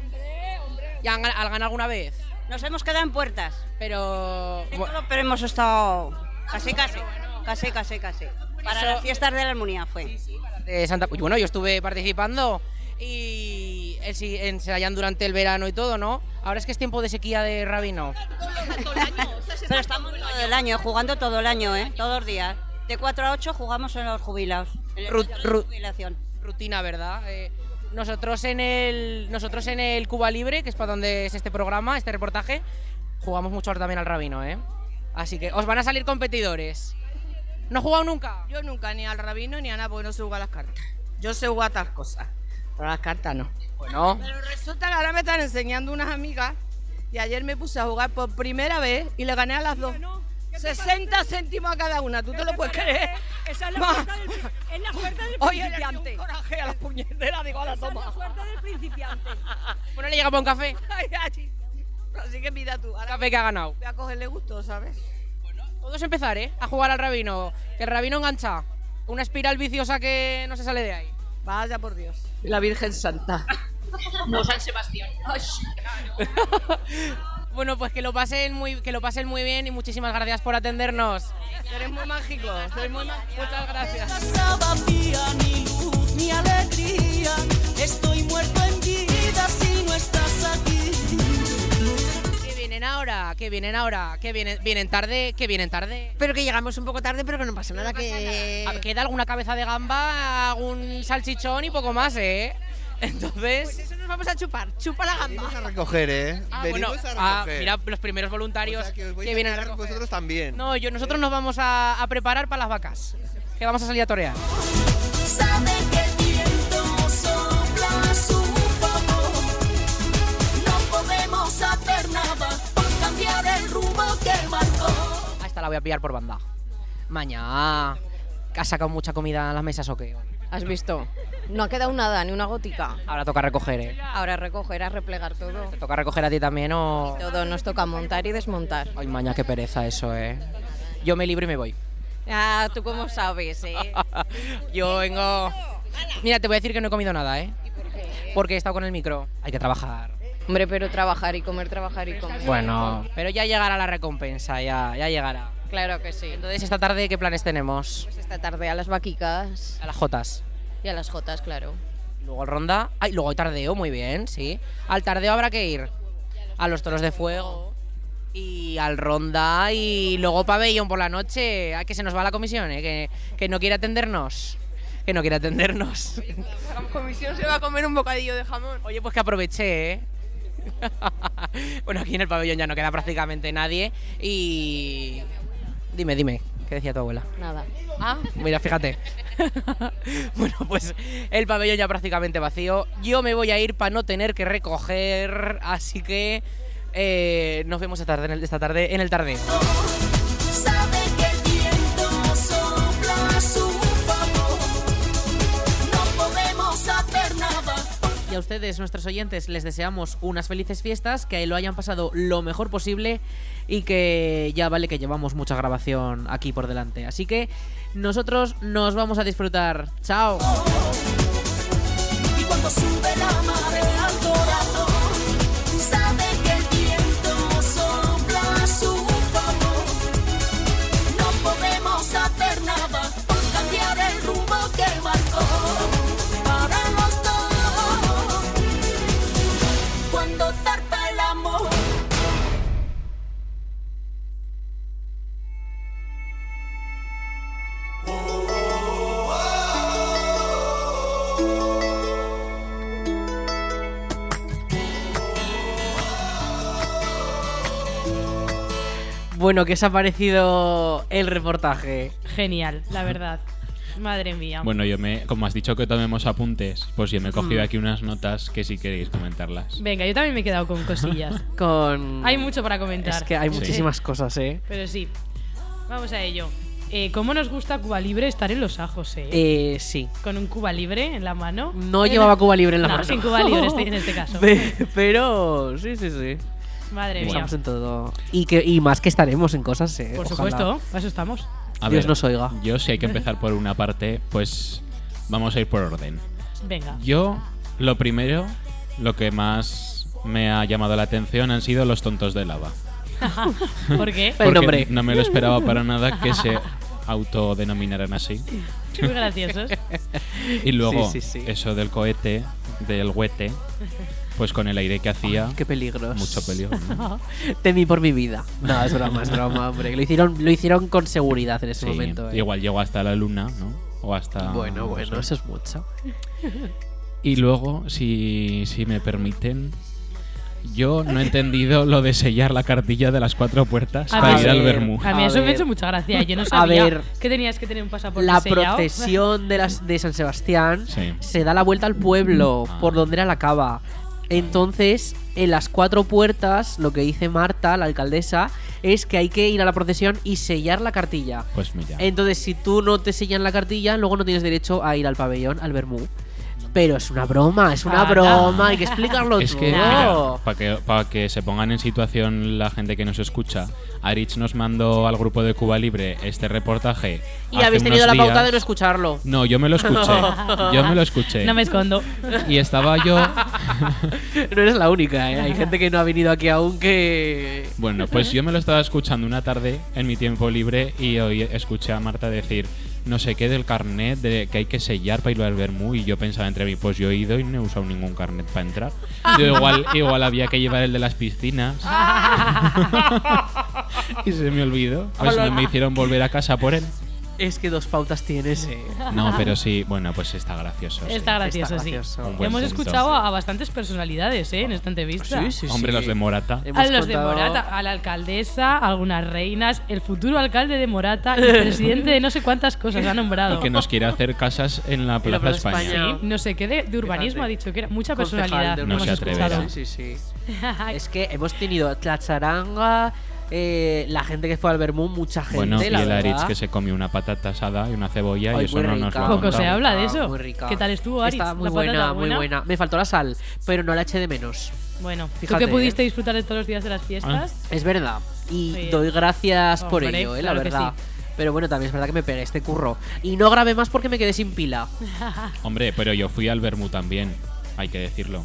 B: ¿Y han, gan- han ganado alguna vez?
V: Nos hemos quedado en puertas.
B: Pero.
V: Pero hemos estado casi, casi. Casi, casi, casi. Para
B: Eso-
V: las fiestas de la armonía fue.
B: De Santa... Uy, Bueno, yo estuve participando y el si- ensayando durante el verano y todo, ¿no? Ahora es que es tiempo de sequía de rabino.
V: Pero estamos todo el año, jugando todo el año, ¿eh? Todos los días. De 4 a 8 jugamos en los jubilados. En el
B: Ru-
V: Mundial de
B: ru-
V: jubilación.
B: Rutina, ¿verdad? Eh, nosotros en el nosotros en el Cuba Libre, que es para donde es este programa, este reportaje, jugamos mucho ahora también al rabino, ¿eh? Así que os van a salir competidores. ¿No he jugado nunca?
T: Yo nunca, ni al rabino ni a nada, porque no sé jugar a las cartas. Yo sé jugar a otras cosas, pero a las cartas no.
B: Bueno.
T: Pero resulta que ahora me están enseñando unas amigas y ayer me puse a jugar por primera vez y le gané a las dos. 60 céntimos a cada una, ¿tú te lo puedes creer?
G: Esa es la
T: Ma-
G: oferta del, es la oferta del
T: Oye, le dio
G: principiante.
T: un coraje a la puñetera, digo, a la
G: Esa es la
T: toma.
G: oferta
T: (laughs)
G: del principiante.
B: Bueno, le llegamos a un café.
T: Ay, ay. Así que mira tú. ahora
B: Café que ha ganado.
T: Voy a cogerle gusto, ¿sabes?
B: Todos empezar, ¿eh? A jugar al rabino. Que el rabino engancha. Una espiral viciosa que no se sale de ahí.
T: Vaya por Dios.
G: La Virgen Santa.
B: No San Sebastián. (laughs) Bueno, pues que lo pasen muy, que lo pasen muy bien y muchísimas gracias por atendernos.
T: Eres muy mágico, eres muy mágico.
B: Muchas gracias.
A: Estaba mía, ni luz ni alegría. Estoy muerto en vida si no estás aquí.
B: Que vienen ahora, que vienen ahora, que vienen, vienen tarde, que vienen tarde.
W: Pero que llegamos un poco tarde, pero que no pasa nada. que...
B: A- Ah, Queda alguna cabeza de gamba, algún salchichón y poco más, ¿eh? (laughs) Entonces.
W: Pues eso nos vamos a chupar. Chupa la gamba.
X: Recoger, ¿eh?
B: Ah,
X: Venimos
B: bueno,
X: a
B: ah,
X: recoger.
B: mira, los primeros voluntarios
X: Voy
B: que
X: a
B: vienen a
X: quedar
B: recoger.
X: vosotros también. Eh.
B: No, yo, nosotros nos vamos a, a preparar para las vacas, que vamos a salir a torear.
A: Sabe que el viento sopla a su favor. No podemos hacer nada por cambiar el rumbo que marcó.
B: A Ah, esta la voy a pillar por banda. Mañana. ¿Has sacado mucha comida a las mesas o qué?
W: ¿Has visto? No ha quedado nada, ni una gótica.
B: Ahora toca recoger, ¿eh?
W: Ahora recoger, a replegar todo.
B: ¿Toca recoger a ti también o...?
W: Todo nos toca montar y desmontar.
B: Ay, maña, qué pereza eso, ¿eh? Yo me libro y me voy.
W: Ah, tú cómo
B: (laughs)
W: sabes, ¿eh?
B: Yo vengo... Mira, te voy a decir que no he comido nada, ¿eh? Porque he estado con el micro. Hay que trabajar.
W: Hombre, pero trabajar y comer, trabajar y comer.
B: Bueno, pero ya llegará la recompensa, ya, ya llegará.
W: Claro que sí. Entonces
B: Entonces, esta tarde, ¿qué planes tenemos?
W: esta tarde a las vaquicas
B: A las Jotas.
W: y a las jotas, claro.
B: Luego el ronda. Ay, luego hay tardeo, muy bien, sí. Al tardeo habrá que ir. A los toros de fuego. Y al ronda. Y luego pabellón por la noche. Ay, que se nos va la comisión, ¿eh? Que, que no quiere atendernos. Que no quiere atendernos. (laughs)
Y: La comisión se va a comer un bocadillo de jamón.
B: Oye, pues que aproveché, ¿eh? (laughs) bueno, aquí en el pabellón ya no queda prácticamente nadie. Y. Dime, dime. ¿Qué decía tu abuela?
W: Nada.
B: Ah, Mira, fíjate. (laughs) bueno, pues el pabellón ya prácticamente vacío. Yo me voy a ir para no tener que recoger, así que eh, nos vemos esta tarde, en el- esta tarde en el tardeo.
A: Sabe que el viento sopla a su favor. No podemos hacer nada
Z: Y a ustedes, nuestros oyentes, les deseamos unas felices fiestas, que lo hayan pasado lo mejor posible y que ya vale que llevamos mucha grabación aquí por delante. Así que nosotros nos vamos a disfrutar. ¡Chao!
A: y cuando sube la marea al corazón. Sabe que el viento sopla a su favor. No podemos hacer nada por cambiar el rumbo que marcó. Paramos todo cuando zarpa el amor.
Z: Bueno, ¿qué os ha parecido el reportaje?
C: Genial, la verdad. Madre mía.
D: Bueno, yo me, como has dicho que tomemos apuntes, pues yo me he cogido
C: Mm.
D: aquí unas notas que si queréis comentarlas.
C: Venga, yo también me he quedado con cosillas.
Z: (laughs) Con...
C: Hay mucho para comentar.
Z: Es que hay
C: Sí.
Z: muchísimas cosas, ¿eh?
C: Pero sí, vamos a ello. Eh, ¿Cómo nos gusta Cuba Libre estar en los ajos, eh?
Z: Eh, sí.
C: Con un Cuba Libre en la mano.
Z: No llevaba Cuba Libre en la
C: No,
Z: mano.
C: sin Cuba Libre estoy en este
B: (laughs)
C: caso.
Z: Pe- Pero sí, sí, sí.
C: Madre mía.
Z: Estamos en todo. Y, que, y más que estaremos en cosas, ¿eh?
C: Por
Z: Ojalá.
C: supuesto, para eso estamos.
D: A
Z: Dios
D: ver,
C: (laughs)
Z: nos oiga.
D: Yo si hay que empezar por una parte, pues vamos a ir por orden.
C: Venga.
D: Yo, lo primero, lo que más me ha llamado la atención han sido los tontos de lava.
C: ¿Por qué?
D: Porque No me lo esperaba para nada
C: (laughs)
D: que se autodenominaran así.
Z: (laughs)
C: Muy graciosos.
D: Y luego,
Z: Sí, sí, sí.
D: eso del cohete, del huete, pues con el aire que hacía.
Z: Ay, qué peligros.
D: Mucho
Z: (laughs)
D: peligro. ¿no?
Z: Temí por mi vida. No, es broma, es broma, hombre. Lo hicieron, lo hicieron con seguridad en ese
D: Sí,
Z: momento. ¿eh?
D: Igual llegó hasta la luna, ¿no? O hasta.
Z: Bueno,
D: no
Z: bueno,
D: sé.
Z: eso es mucho.
D: Y luego, si, si me permiten, Yo no he entendido lo de sellar la cartilla de las cuatro puertas
C: A
D: para
C: ver,
D: ir al Bermú.
C: A mí
B: A
C: eso me ha
B: ver.
C: hecho mucha gracia. Yo no
B: A
C: sabía
B: ver.
C: que tenías que tener un pasaporte
B: La
C: sellado.
B: procesión de, las, de San Sebastián
D: Sí. Mm. Ah.
B: se da la vuelta al pueblo por donde era la cava. Entonces, en las cuatro puertas, lo que dice Marta, la alcaldesa, es que hay que ir a la procesión y sellar la cartilla.
D: Pues mira.
B: Entonces, si tú no te sellan la cartilla, luego no tienes derecho a ir al pabellón, al Bermú. Pero es una broma, es una
C: Ah, no.
B: broma, hay que explicarlo
D: (laughs) Es
B: todo.
D: que, mira, para que, pa' que se pongan en situación la gente que nos escucha, Arich nos mandó al grupo de Cuba Libre este reportaje.
B: Y
D: hace
B: habéis tenido
D: unos
B: la pauta
D: días.
B: de no escucharlo.
D: No, yo me lo escuché.
B: (laughs)
D: yo me lo escuché.
C: No me escondo.
D: Y estaba yo.
B: (laughs) no eres la única, ¿eh? Hay gente que no ha venido aquí aún que...
D: Bueno, pues yo me lo estaba escuchando una tarde en mi tiempo libre y hoy escuché a Marta decir no sé qué del carnet de que hay que sellar para ir al Bermú y yo pensaba entre mí, pues yo he ido y no he usado ningún carnet para entrar. Yo igual, igual había que llevar el de las
C: (laughs)
D: piscinas. y se me olvidó.
C: Ah,
D: Pues
B: Hola.
D: me, me hicieron volver a casa por él.
B: Es que dos pautas tienes,
C: (laughs)
B: eh.
D: No, pero sí, bueno, pues está gracioso. sí.
C: Está (laughs) gracioso,
B: Está
C: sí.
B: gracioso.
D: Un buen
C: Hemos
D: punto.
C: escuchado a a bastantes personalidades ¿eh? en esta entrevista.
D: Sí, sí, sí. Hombre, los de Morata.
C: A los de Morata, a la alcaldesa, a algunas reinas, el futuro alcalde de Morata, el presidente de no sé cuántas cosas ha nombrado.
D: Y que nos quiere hacer casas en la Plaza,
C: Plaza
D: España.
C: Sí, no sé qué de, de urbanismo ha dicho que era mucha
B: Concejal
C: personalidad.
B: de
D: No
B: Urbanismo.
D: se atreverá.
B: Sí, sí, sí. es que hemos tenido la charanga, eh, la gente que fue al Bermú, mucha gente,
D: Bueno, y
B: la
D: el
B: verdad.
D: Aritz que se comió una patata asada y una cebolla
B: Ay,
D: y eso
B: muy
D: no nos
B: rica.
D: lo ha
C: Poco se
D: contado.
C: habla de
B: Ah,
C: eso.
B: muy rica.
C: ¿Qué tal estuvo, Aritz?
B: Estaba muy
C: ¿La patata
B: buena, muy buena. Me faltó la sal, pero no la eché de menos.
C: Bueno,
B: Fíjate, ¿eh? Ah.
C: ¿tú que pudiste disfrutar de todos los días de las
D: Ah.
C: fiestas?
B: Es verdad. Y
C: Sí.
B: doy gracias por
C: Hombre,
B: ello, eh, la
C: claro que
B: verdad. Pero bueno, también es verdad que me pegué este curro. Y no grabé más porque me quedé sin
C: (laughs)
B: pila.
D: Hombre, pero yo fui al Bermú también, hay que decirlo.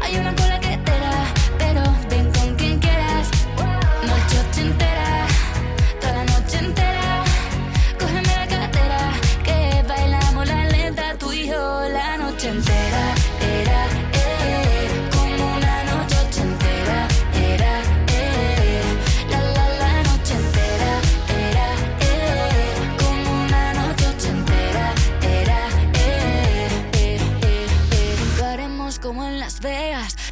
K: hay una cola que te da, pero ven con quien quieras. Noche entera,
A: eh, eh,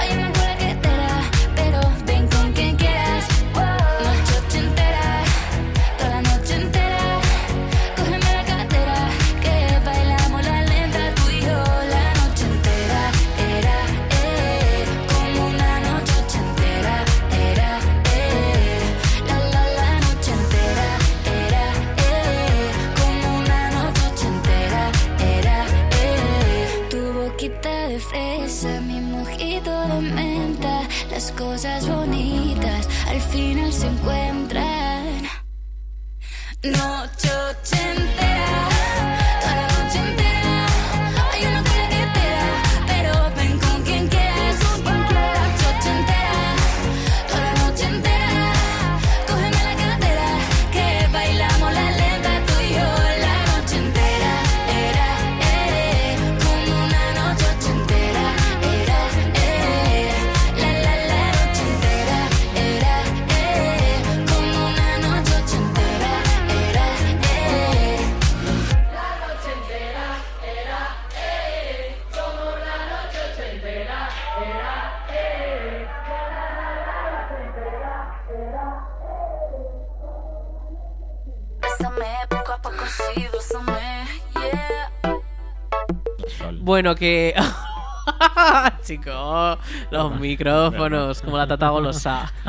K: Hay una cola que te da, pero ven con quien quieras. Noche ochentera, toda la noche entera. Cógeme la cartera, que bailamos la lenta tú y yo la noche entera. Era, eh, como una noche ochentera. Era, eh, la la la noche entera. Era, eh, como una noche entera. Era, eh, tu boquita de fresa, mi mojito de menta. Las cosas bonitas al final se encuentran. Noche ochentera, toda la noche entera. Hay una cola que te da, pero ven con quien quieras. Noche ochentera, toda la noche entera. Cógeme la cadera, que bailamos la lenta tú y yo la noche entera. Era, eh, como una noche ochentera. Era, eh, la la la noche entera. Era, eh, como una noche ochentera. Era, eh.
A: eh. eh. eh.
K: Bésame poco a poco, sí, bésame, yeah.
B: Bueno, que. (laughs) Chico, los micrófonos, como la tata golosa. (laughs)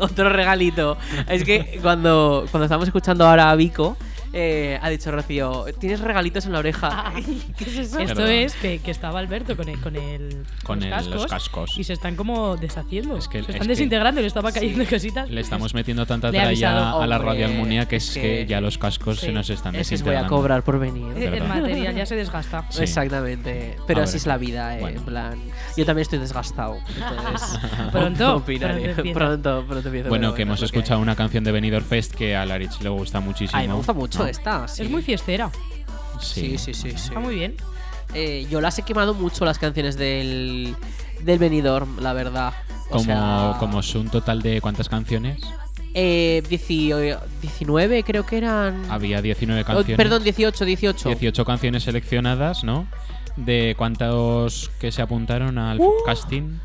B: Otro regalito. Es que cuando, cuando estábamos escuchando ahora a Vico, eh, ha dicho Rocío: Tienes regalitos en la oreja.
C: Esto
D: Perdón.
C: es que, que estaba Alberto con el, con el
D: Con el- los cascos.
C: y se están como deshaciendo,
D: que-
C: se
D: es
C: están
D: que-
C: desintegrando, le estaba cayendo
D: Sí.
C: cositas.
D: Le estamos metiendo tanta
C: Le he
D: tralla
C: avisado,
D: a la
C: hombre,
D: radioalmunía que es,
C: es
D: que,
C: que-
D: ya los cascos se
C: sí.
D: nos están
B: Es que os voy a
D: desintegrando.
B: cobrar por venir.
C: Eh, El- El
D: Perdón.
C: material ya se desgasta.
D: Sí.
B: Exactamente.
D: A
B: Pero
D: ver.
B: así es la vida, eh,
D: Bueno.
B: en plan. Yo también estoy desgastado.
D: (laughs)
B: Entonces, (laughs)
C: Pronto,
B: opinaré.
C: pronto empieza.
B: pronto, pronto empiezo,
D: Bueno,
B: pero
D: que hemos
B: es lo hay.
D: escuchado una canción de Benidorm Fest que a Larich le gusta muchísimo.
B: Ay, me gusta mucho
D: ¿no?
B: esta. sí.
C: Es muy fiestera.
B: Sí,
D: Sí.
B: sí, sí. sí.
C: Está muy bien.
B: Eh, yo las he quemado mucho las canciones del, del Benidorm, la verdad. O
D: Como,
B: sea,
D: como es un total de cuántas canciones?
B: eh, 18 19 creo que eran...
D: Había 19
B: Oh,
D: canciones.
B: perdón, 18, 18.
D: 18 canciones seleccionadas, ¿no? De cuántos que se apuntaron al
B: Uh.
D: casting.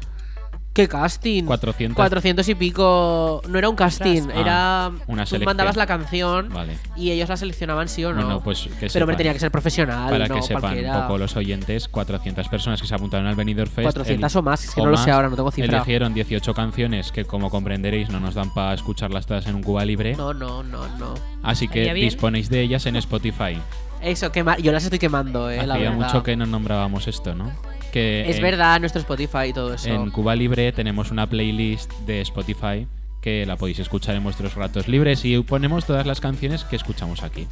B: ¿Qué casting?
D: 400.
B: 400 y pico... No era un casting,
D: Ah,
B: era...
D: una
B: tú
D: selección.
B: mandabas la canción
D: Vale.
B: y ellos la seleccionaban sí o no.
D: Bueno, pues que
B: Pero
D: sepan.
B: me tenía que ser profesional,
D: Para
B: no
D: que sepan
B: cualquiera.
D: un poco los oyentes, 400 personas que se apuntaron al Benidorm Fest.
B: 400 o más, es que
D: o
B: no lo
D: más,
B: sé ahora, no tengo cifra.
D: Eligieron 18 canciones que, como comprenderéis, no nos dan para escucharlas todas en un Cuba libre.
B: No, no, no, no.
D: Así que
B: Estaría bien.
D: disponéis de ellas en Spotify.
B: Eso, quema- yo las estoy quemando, eh, la
D: Hacía
B: verdad.
D: mucho que no nombrábamos esto, ¿no? Que
B: Es
D: en-
B: verdad, nuestro Spotify y todo eso.
D: En Cuba Libre tenemos una playlist de Spotify que la podéis escuchar en vuestros ratos libres y ponemos todas las canciones que escuchamos aquí.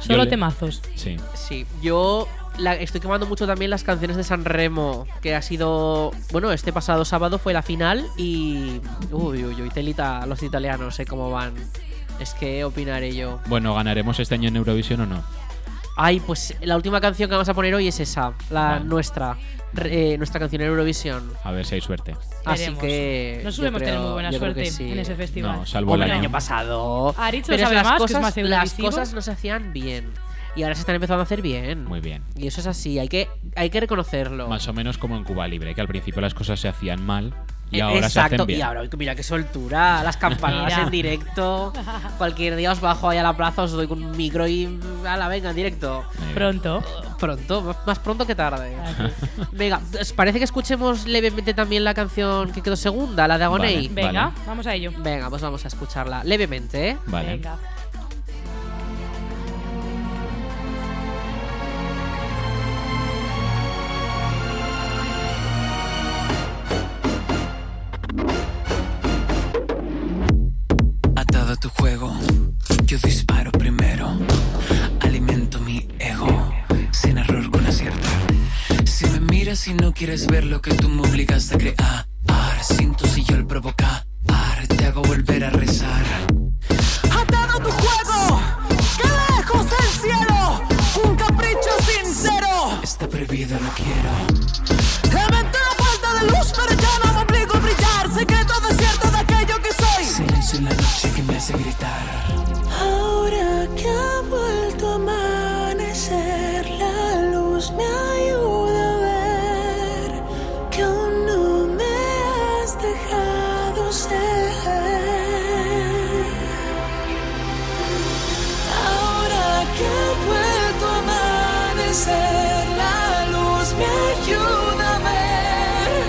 C: Solo
D: Yo le-
C: temazos.
D: Sí.
B: Sí, yo la- estoy quemando mucho también las canciones de San Remo, que ha sido. Bueno, este pasado sábado fue la final y. Uy, uy, uy, telita, los italianos, ¿eh? ¿Cómo van? Es que opinaré yo.
D: Bueno, ¿ganaremos este año en Eurovisión o no?
B: Ay, pues la última canción que vamos a poner hoy es esa, la
D: Vale.
B: nuestra, re- eh, nuestra canción en Eurovisión.
D: A ver si hay suerte.
B: Así
C: Veremos.
B: que.
C: No
B: yo
C: solemos
B: creo-
C: tener muy buena
B: yo creo
C: suerte
B: que sí.
C: en ese festival.
D: No, salvo
B: Hombre,
D: el
B: el
D: año.
B: año pasado.
C: Ariz lo
B: Pero es
C: sabe
B: que las
C: más, que es
B: cosas,
C: más
B: las
C: eurovisivo.
B: cosas no se hacían bien. Y ahora se están empezando a hacer bien.
D: Muy bien.
B: Y eso es así, hay que, hay que reconocerlo.
D: Más o menos como en Cuba Libre, que al principio las cosas se hacían mal y
B: Eh,
D: ahora se
B: Exacto,
D: hacen bien.
B: y ahora, mira qué soltura, las campanadas
C: Mira.
B: en
C: (laughs)
B: directo. Cualquier día os bajo ahí a la plaza, os doy con un micro y a la venga en directo.
D: bien.
C: Pronto.
B: Pronto, más- más pronto que tarde. Venga, ¿os parece que escuchemos levemente también la canción que quedó segunda, la de Agonei?
D: Vale, Venga, vale.
C: vamos a ello.
B: Venga, pues vamos a escucharla levemente, ¿eh?
D: Vale.
C: Venga.
Z: Atado a tu juego, yo disparo primero. Alimento mi ego, sin error con acierto. calles si no quieres ver lo que tú me obligaste a crear. Sin tu yo el provocar, te hago volver a rezar.
A: Atado tu juego, que lejos del cielo, un capricho sincero.
Z: Está prohibido, lo quiero.
A: Inventé la falta de luz, pero ya no me obligo a brillar. Secreto desierto de aquello que soy.
Z: Silencio en la noche que me hace gritar.
A: Ahora que ha vuelto a amanecer, la luz me ayuda a ver que aún no me has dejado ser. Ahora que ha vuelto a amanecer, la luz me ayuda a ver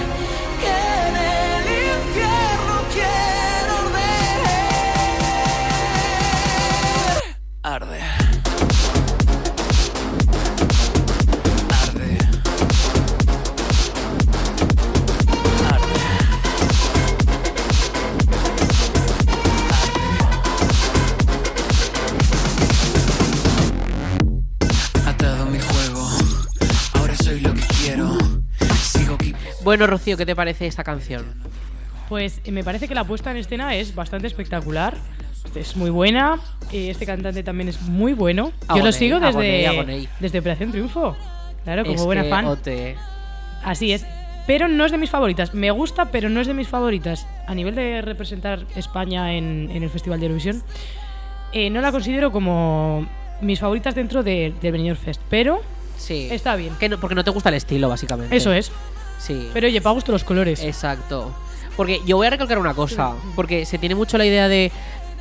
A: que en el infierno quiero ver.
Z: Arde. Atado a mi juego, ahora soy lo que quiero. Sigo aquí.
B: Bueno, Rocío, ¿qué te parece esta canción?
C: Pues eh, me parece que la puesta en escena es bastante espectacular. Es muy buena. eh, Este cantante también es muy bueno. Yo lo
B: Agoney,
C: sigo
B: agoney,
C: desde,
B: agoney.
C: desde Operación Triunfo. Claro, como
B: Es
C: buena
B: que,
C: fan.
B: ote.
C: Así es. Pero no es de mis favoritas. Me gusta, pero no es de mis favoritas. A nivel de representar España en, en el Festival de Eurovisión, eh, no la considero como mis favoritas dentro de- del Benidorm Fest. Pero
B: Sí.
C: está bien.
B: Que no- porque no te gusta el estilo, básicamente.
C: Eso es.
B: Sí.
C: Pero oye, para gusto los colores.
B: Exacto. Porque yo voy a recalcar una cosa. Porque se tiene mucho la idea de.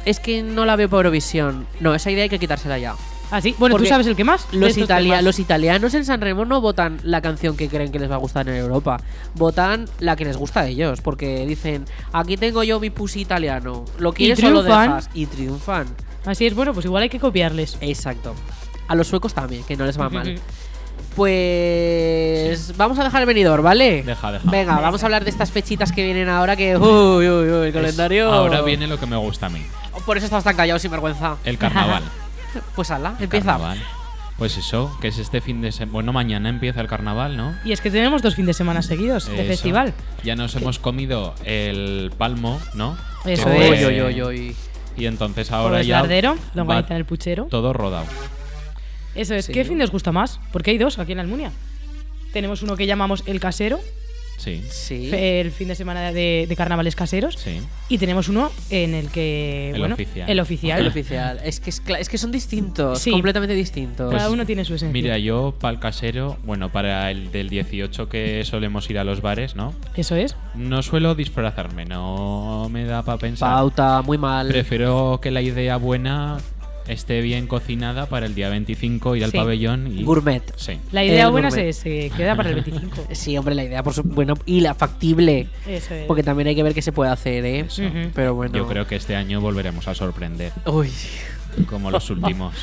B: Es que no la veo por Eurovisión. No, esa idea hay que quitársela ya.
C: Ah, sí. Bueno,
B: Porque
C: ¿tú sabes el que más?
B: Los,
C: Estos
B: italia-
C: temas.
B: los italianos en San Remo no votan la canción que creen que les va a gustar en Europa. Votan la que les gusta a ellos. Porque dicen, aquí tengo yo mi pussy italiano. Lo
C: Y
B: quieres o lo
C: triunfan.
B: dejas. Y triunfan.
C: Así es, bueno, pues igual hay que copiarles.
B: Exacto. A los suecos también, que no les va
C: Ujú.
B: mal. Pues vamos a dejar el venidor, ¿vale?
D: Deja, deja.
B: Venga, vamos a hablar de estas fechitas que vienen ahora que... Uy, uy, uy, el calendario...
D: Ahora viene lo que me gusta a mí,
B: uh, Por eso estás tan callado, sin vergüenza.
D: el carnaval.
B: (laughs) Pues ala, empieza.
D: Carnaval. Pues eso, que es este fin de semana. Bueno, mañana empieza el carnaval, ¿no?
C: Y es que tenemos dos fines de semana seguidos de
D: Eso.
C: festival.
D: Ya nos hemos comido el palmo, ¿no?
C: Eso
D: Que
C: es.
D: fue-
C: Oy, oy,
D: Y entonces
C: Por
D: ahora
C: el
D: ya.
C: lardero,
D: va
C: longaniza en el puchero.
D: Todo rodado.
C: Eso es.
D: Sí.
C: ¿Qué fin os gusta más? Porque hay dos aquí en la Almunia. Tenemos uno que llamamos el casero,
D: Sí.
B: Sí.
C: fe- el fin de semana de, de carnavales caseros.
D: Sí.
C: Y tenemos uno en el que.
D: El
C: bueno,
D: oficial.
C: El oficial.
D: El
B: oficial. Es que, es, cla- es que son distintos,
C: Sí.
B: completamente distintos.
C: Cada uno tiene su esencia.
D: Pues Mira, yo para el casero, bueno, para el del 18 que solemos ir a los bares, ¿no?
C: Eso es.
D: No suelo disfrazarme, no me da para pensar.
B: Pauta, muy mal.
D: Prefiero que la idea buena esté bien cocinada para el día 25 ir al
C: Sí.
D: pabellón y
B: Gourmet.
D: Sí.
C: La idea
B: El
C: buena
B: gourmet.
C: se, se queda para el 25.
B: (laughs) Sí, hombre, la idea, por supuesto. Bueno, y la factible.
C: Eso es.
B: Porque también hay que ver qué se puede hacer, ¿eh?
D: Ujú.
B: Pero bueno.
D: Yo creo que este año volveremos a sorprender.
B: Uy.
D: Como los últimos.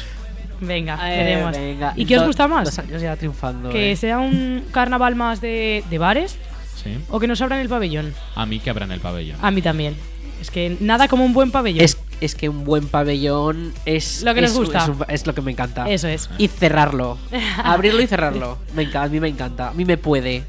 C: Venga,
B: Eh,
C: veremos.
B: venga.
C: ¿Y qué os
B: Do-
C: gusta más?
B: Dos años ya triunfando.
C: ¿Que
B: eh.
C: sea un carnaval más de, de bares
D: Sí.
C: o que nos abran el pabellón?
D: A mí que abran el pabellón.
C: A mí también. Es que nada como un buen pabellón.
B: Es, es que un buen pabellón es
C: Lo que nos
B: es un-
C: gusta.
B: Es, un- es lo que me encanta.
C: Eso es.
B: Y
C: (laughs)
B: cerrarlo. Abrirlo y cerrarlo. Me encanta, a mí me encanta. A mí me puede.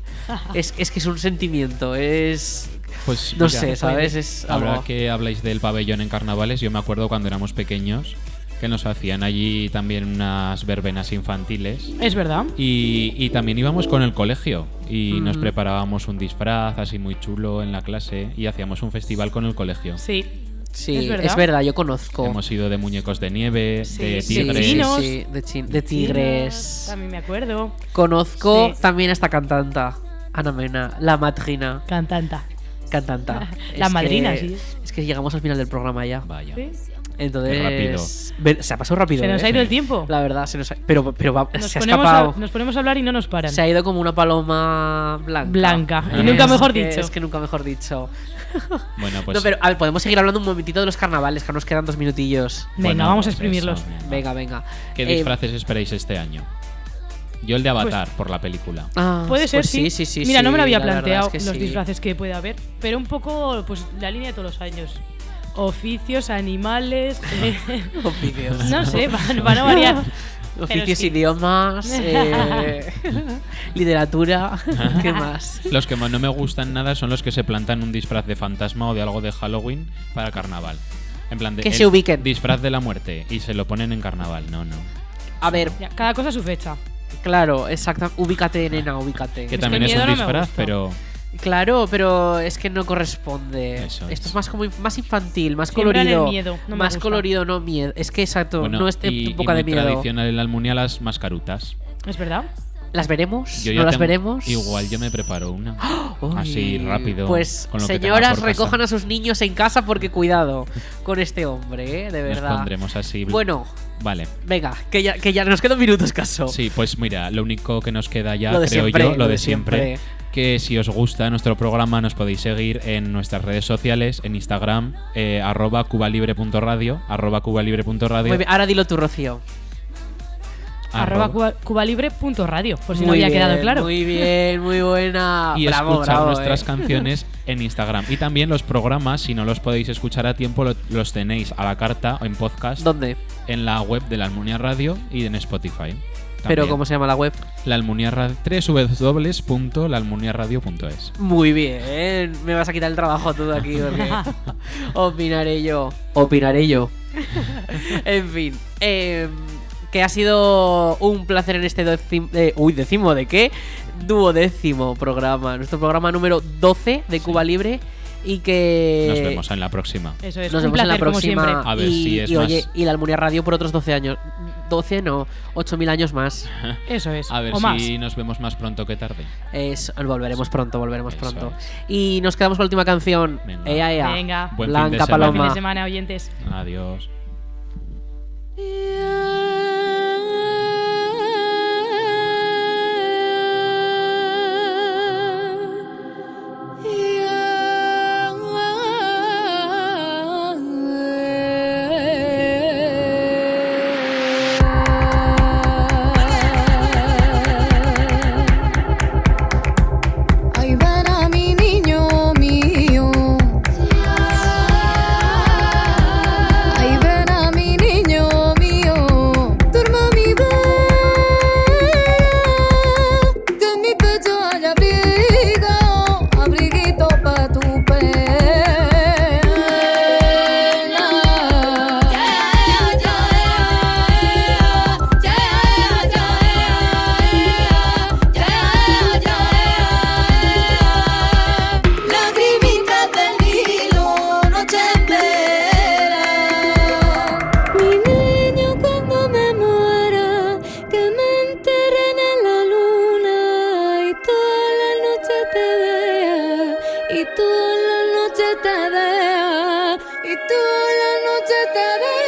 B: Es, es que es un sentimiento. Es.
D: Pues
B: no
D: mira,
B: sé, ¿sabes? Es
D: ahora
B: algo.
D: que habláis del pabellón en carnavales, yo me acuerdo cuando éramos pequeños que nos hacían allí también unas verbenas infantiles.
C: Es verdad.
D: Y, y también íbamos con el colegio y nos
C: Mm.
D: preparábamos un disfraz así muy chulo en la clase y hacíamos un festival con el colegio.
C: Sí.
B: Sí,
C: es
B: es
C: verdad.
B: verdad, yo conozco.
D: Hemos ido de muñecos de nieve, de
B: Sí,
D: tigres.
B: sí, sí, de, chi- de tigres.
C: También me acuerdo.
B: Conozco
C: Sí.
B: también a esta cantanta, Ana Mena, la madrina.
C: Cantanta.
B: Cantanta.
C: (laughs) La madrina,
B: que-
C: sí.
B: Es que llegamos al final del programa ya.
D: Vaya.
C: Sí.
B: Entonces.
D: Qué rápido.
B: Ve- Se ha pasado rápido.
C: Se nos
B: ¿eh?
C: ha ido
B: Sí.
C: el tiempo.
B: La verdad, se nos ha, pero, pero va-
C: Nos
B: se ha
C: ponemos, a,
B: escapado.
C: nos ponemos a hablar y no nos paran.
B: Se ha ido como una paloma blanca.
C: Blanca. Y
B: Es
C: nunca mejor
B: que-
C: dicho.
B: Es que nunca mejor
C: (laughs)
B: dicho.
D: Bueno, pues
B: no, pero a ver, podemos seguir hablando un momentito de los carnavales, que nos quedan dos minutillos.
C: Venga, Bueno, vamos a pues exprimirlos.
D: eso,
B: venga, venga.
D: ¿qué
B: Eh,
D: disfraces esperáis este año? Yo el de
B: pues
D: Avatar por la película.
B: ah,
C: Puede ser,
B: pues
C: sí.
B: sí, sí,
C: Mira, no me
B: sí,
C: lo había
B: la verdad
C: planteado
B: es que
C: los
B: sí.
C: disfraces que puede haber, pero un poco pues la línea de todos los años. Oficios, animales. eh,
B: (laughs) Oficios. (laughs)
C: No sé, para, para no variar.
B: Oficios,
C: es que- (laughs)
B: idiomas, eh, literatura, ¿qué más?
D: Los que más no me gustan nada son los que se plantan un disfraz de fantasma o de algo de Halloween para carnaval. En plan de.
B: Que
D: el
B: se ubiquen.
D: Disfraz de la muerte y se lo ponen en carnaval. No, no.
B: A ver.
C: cada cosa su fecha.
B: Claro, exacto. Ubícate, nena, ubícate.
D: Que también es un disfraz, pero.
B: Claro, pero es que no corresponde.
D: Eso
B: Esto es más como inf- más infantil, más
C: Siembran el
B: colorido.
C: miedo, no me
B: más
C: gusta.
B: colorido, no miedo. Es que exacto,
D: Bueno,
B: no es de
D: y,
B: época
D: y
B: de
D: muy
B: miedo.
D: tradicional en la Almunia las mascarutas.
C: ¿Es verdad?
B: ¿Las veremos?
D: Yo ya
B: ¿No las
D: tengo-
B: veremos?
D: Igual yo me preparo una.
B: (gasps) Uy.
D: Así rápido.
B: Pues
D: con lo que tenga
B: señoras,
D: por casa.
B: recojan a sus niños en casa porque cuidado con este hombre, ¿eh? de
D: Nos
B: verdad.
D: pondremos así.
B: Bueno,
D: Vale.
B: venga, que ya, que ya nos quedan minutos, caso.
D: Sí, pues mira, lo único que nos queda ya,
B: Lo de
D: creo
B: siempre,
D: yo, lo, de, siempre. Que si os gusta nuestro programa, nos podéis seguir en nuestras redes sociales, en Instagram, eh, arroba cubalibre.radio, arroba cubalibre.radio.
B: Muy bien, ahora dilo tú, Rocío.
D: Arroba.
C: Arroba cuba- cubalibre.radio, por si no
B: Muy
C: había quedado
B: bien,
C: claro.
B: Muy bien, muy buena.
D: y
B: ah, bravo,
D: escuchar
B: bravo,
D: nuestras
B: eh. (laughs)
D: canciones en Instagram. Y también los programas, si no los podéis escuchar a tiempo, lo- los tenéis a la carta o en podcast.
B: ¿Dónde?
D: En la web de la Almunia Radio y en Spotify.
B: Pero
D: También.
B: ¿cómo se llama la web?
D: La Almunia Radio, www.laalmuniaradio.es.
B: Muy bien, me vas a quitar el trabajo tú de
D: (laughs)
B: aquí porque opinaré yo. Opinaré yo. en fin, eh, que ha sido un placer en este décimo, uy, décimo de qué? Duodécimo programa, nuestro programa número 12 de Cuba Libre y que
D: Nos vemos en la próxima.
C: Eh, Eso es,
B: Nos
C: un
B: vemos en la
C: placer, como
B: próxima.
C: siempre.
D: A ver
B: y,
D: si es
B: y oye,
D: más.
B: y la Almunia Radio por otros 12 años. 12 no, 8000 años
D: (laughs)
B: más.
C: Eso es.
D: A ver
B: o
D: si
B: más.
D: nos vemos más pronto que tarde.
B: Es- volveremos pronto, volveremos
D: Eso
B: pronto.
D: es.
B: Y nos quedamos con la última canción.
D: Venga.
B: Ea, ea.
C: Venga.
D: Buen fin de
B: Blanca
D: semana.
B: Paloma.
C: Fin de semana, oyentes.
D: Adiós.
A: Ahí van a mi niño mío. Ahí ven a mi niño mío. Turma mi ven. Que en mi pecho hay abrigo. Abriguito pa' tu pena. Lagrimitas del Nilo, noche entera. Mi niño, cuando me muera, que me enterren en la luna y toda la noche te vea, y toda la noche te vea, y toda la noche te vea.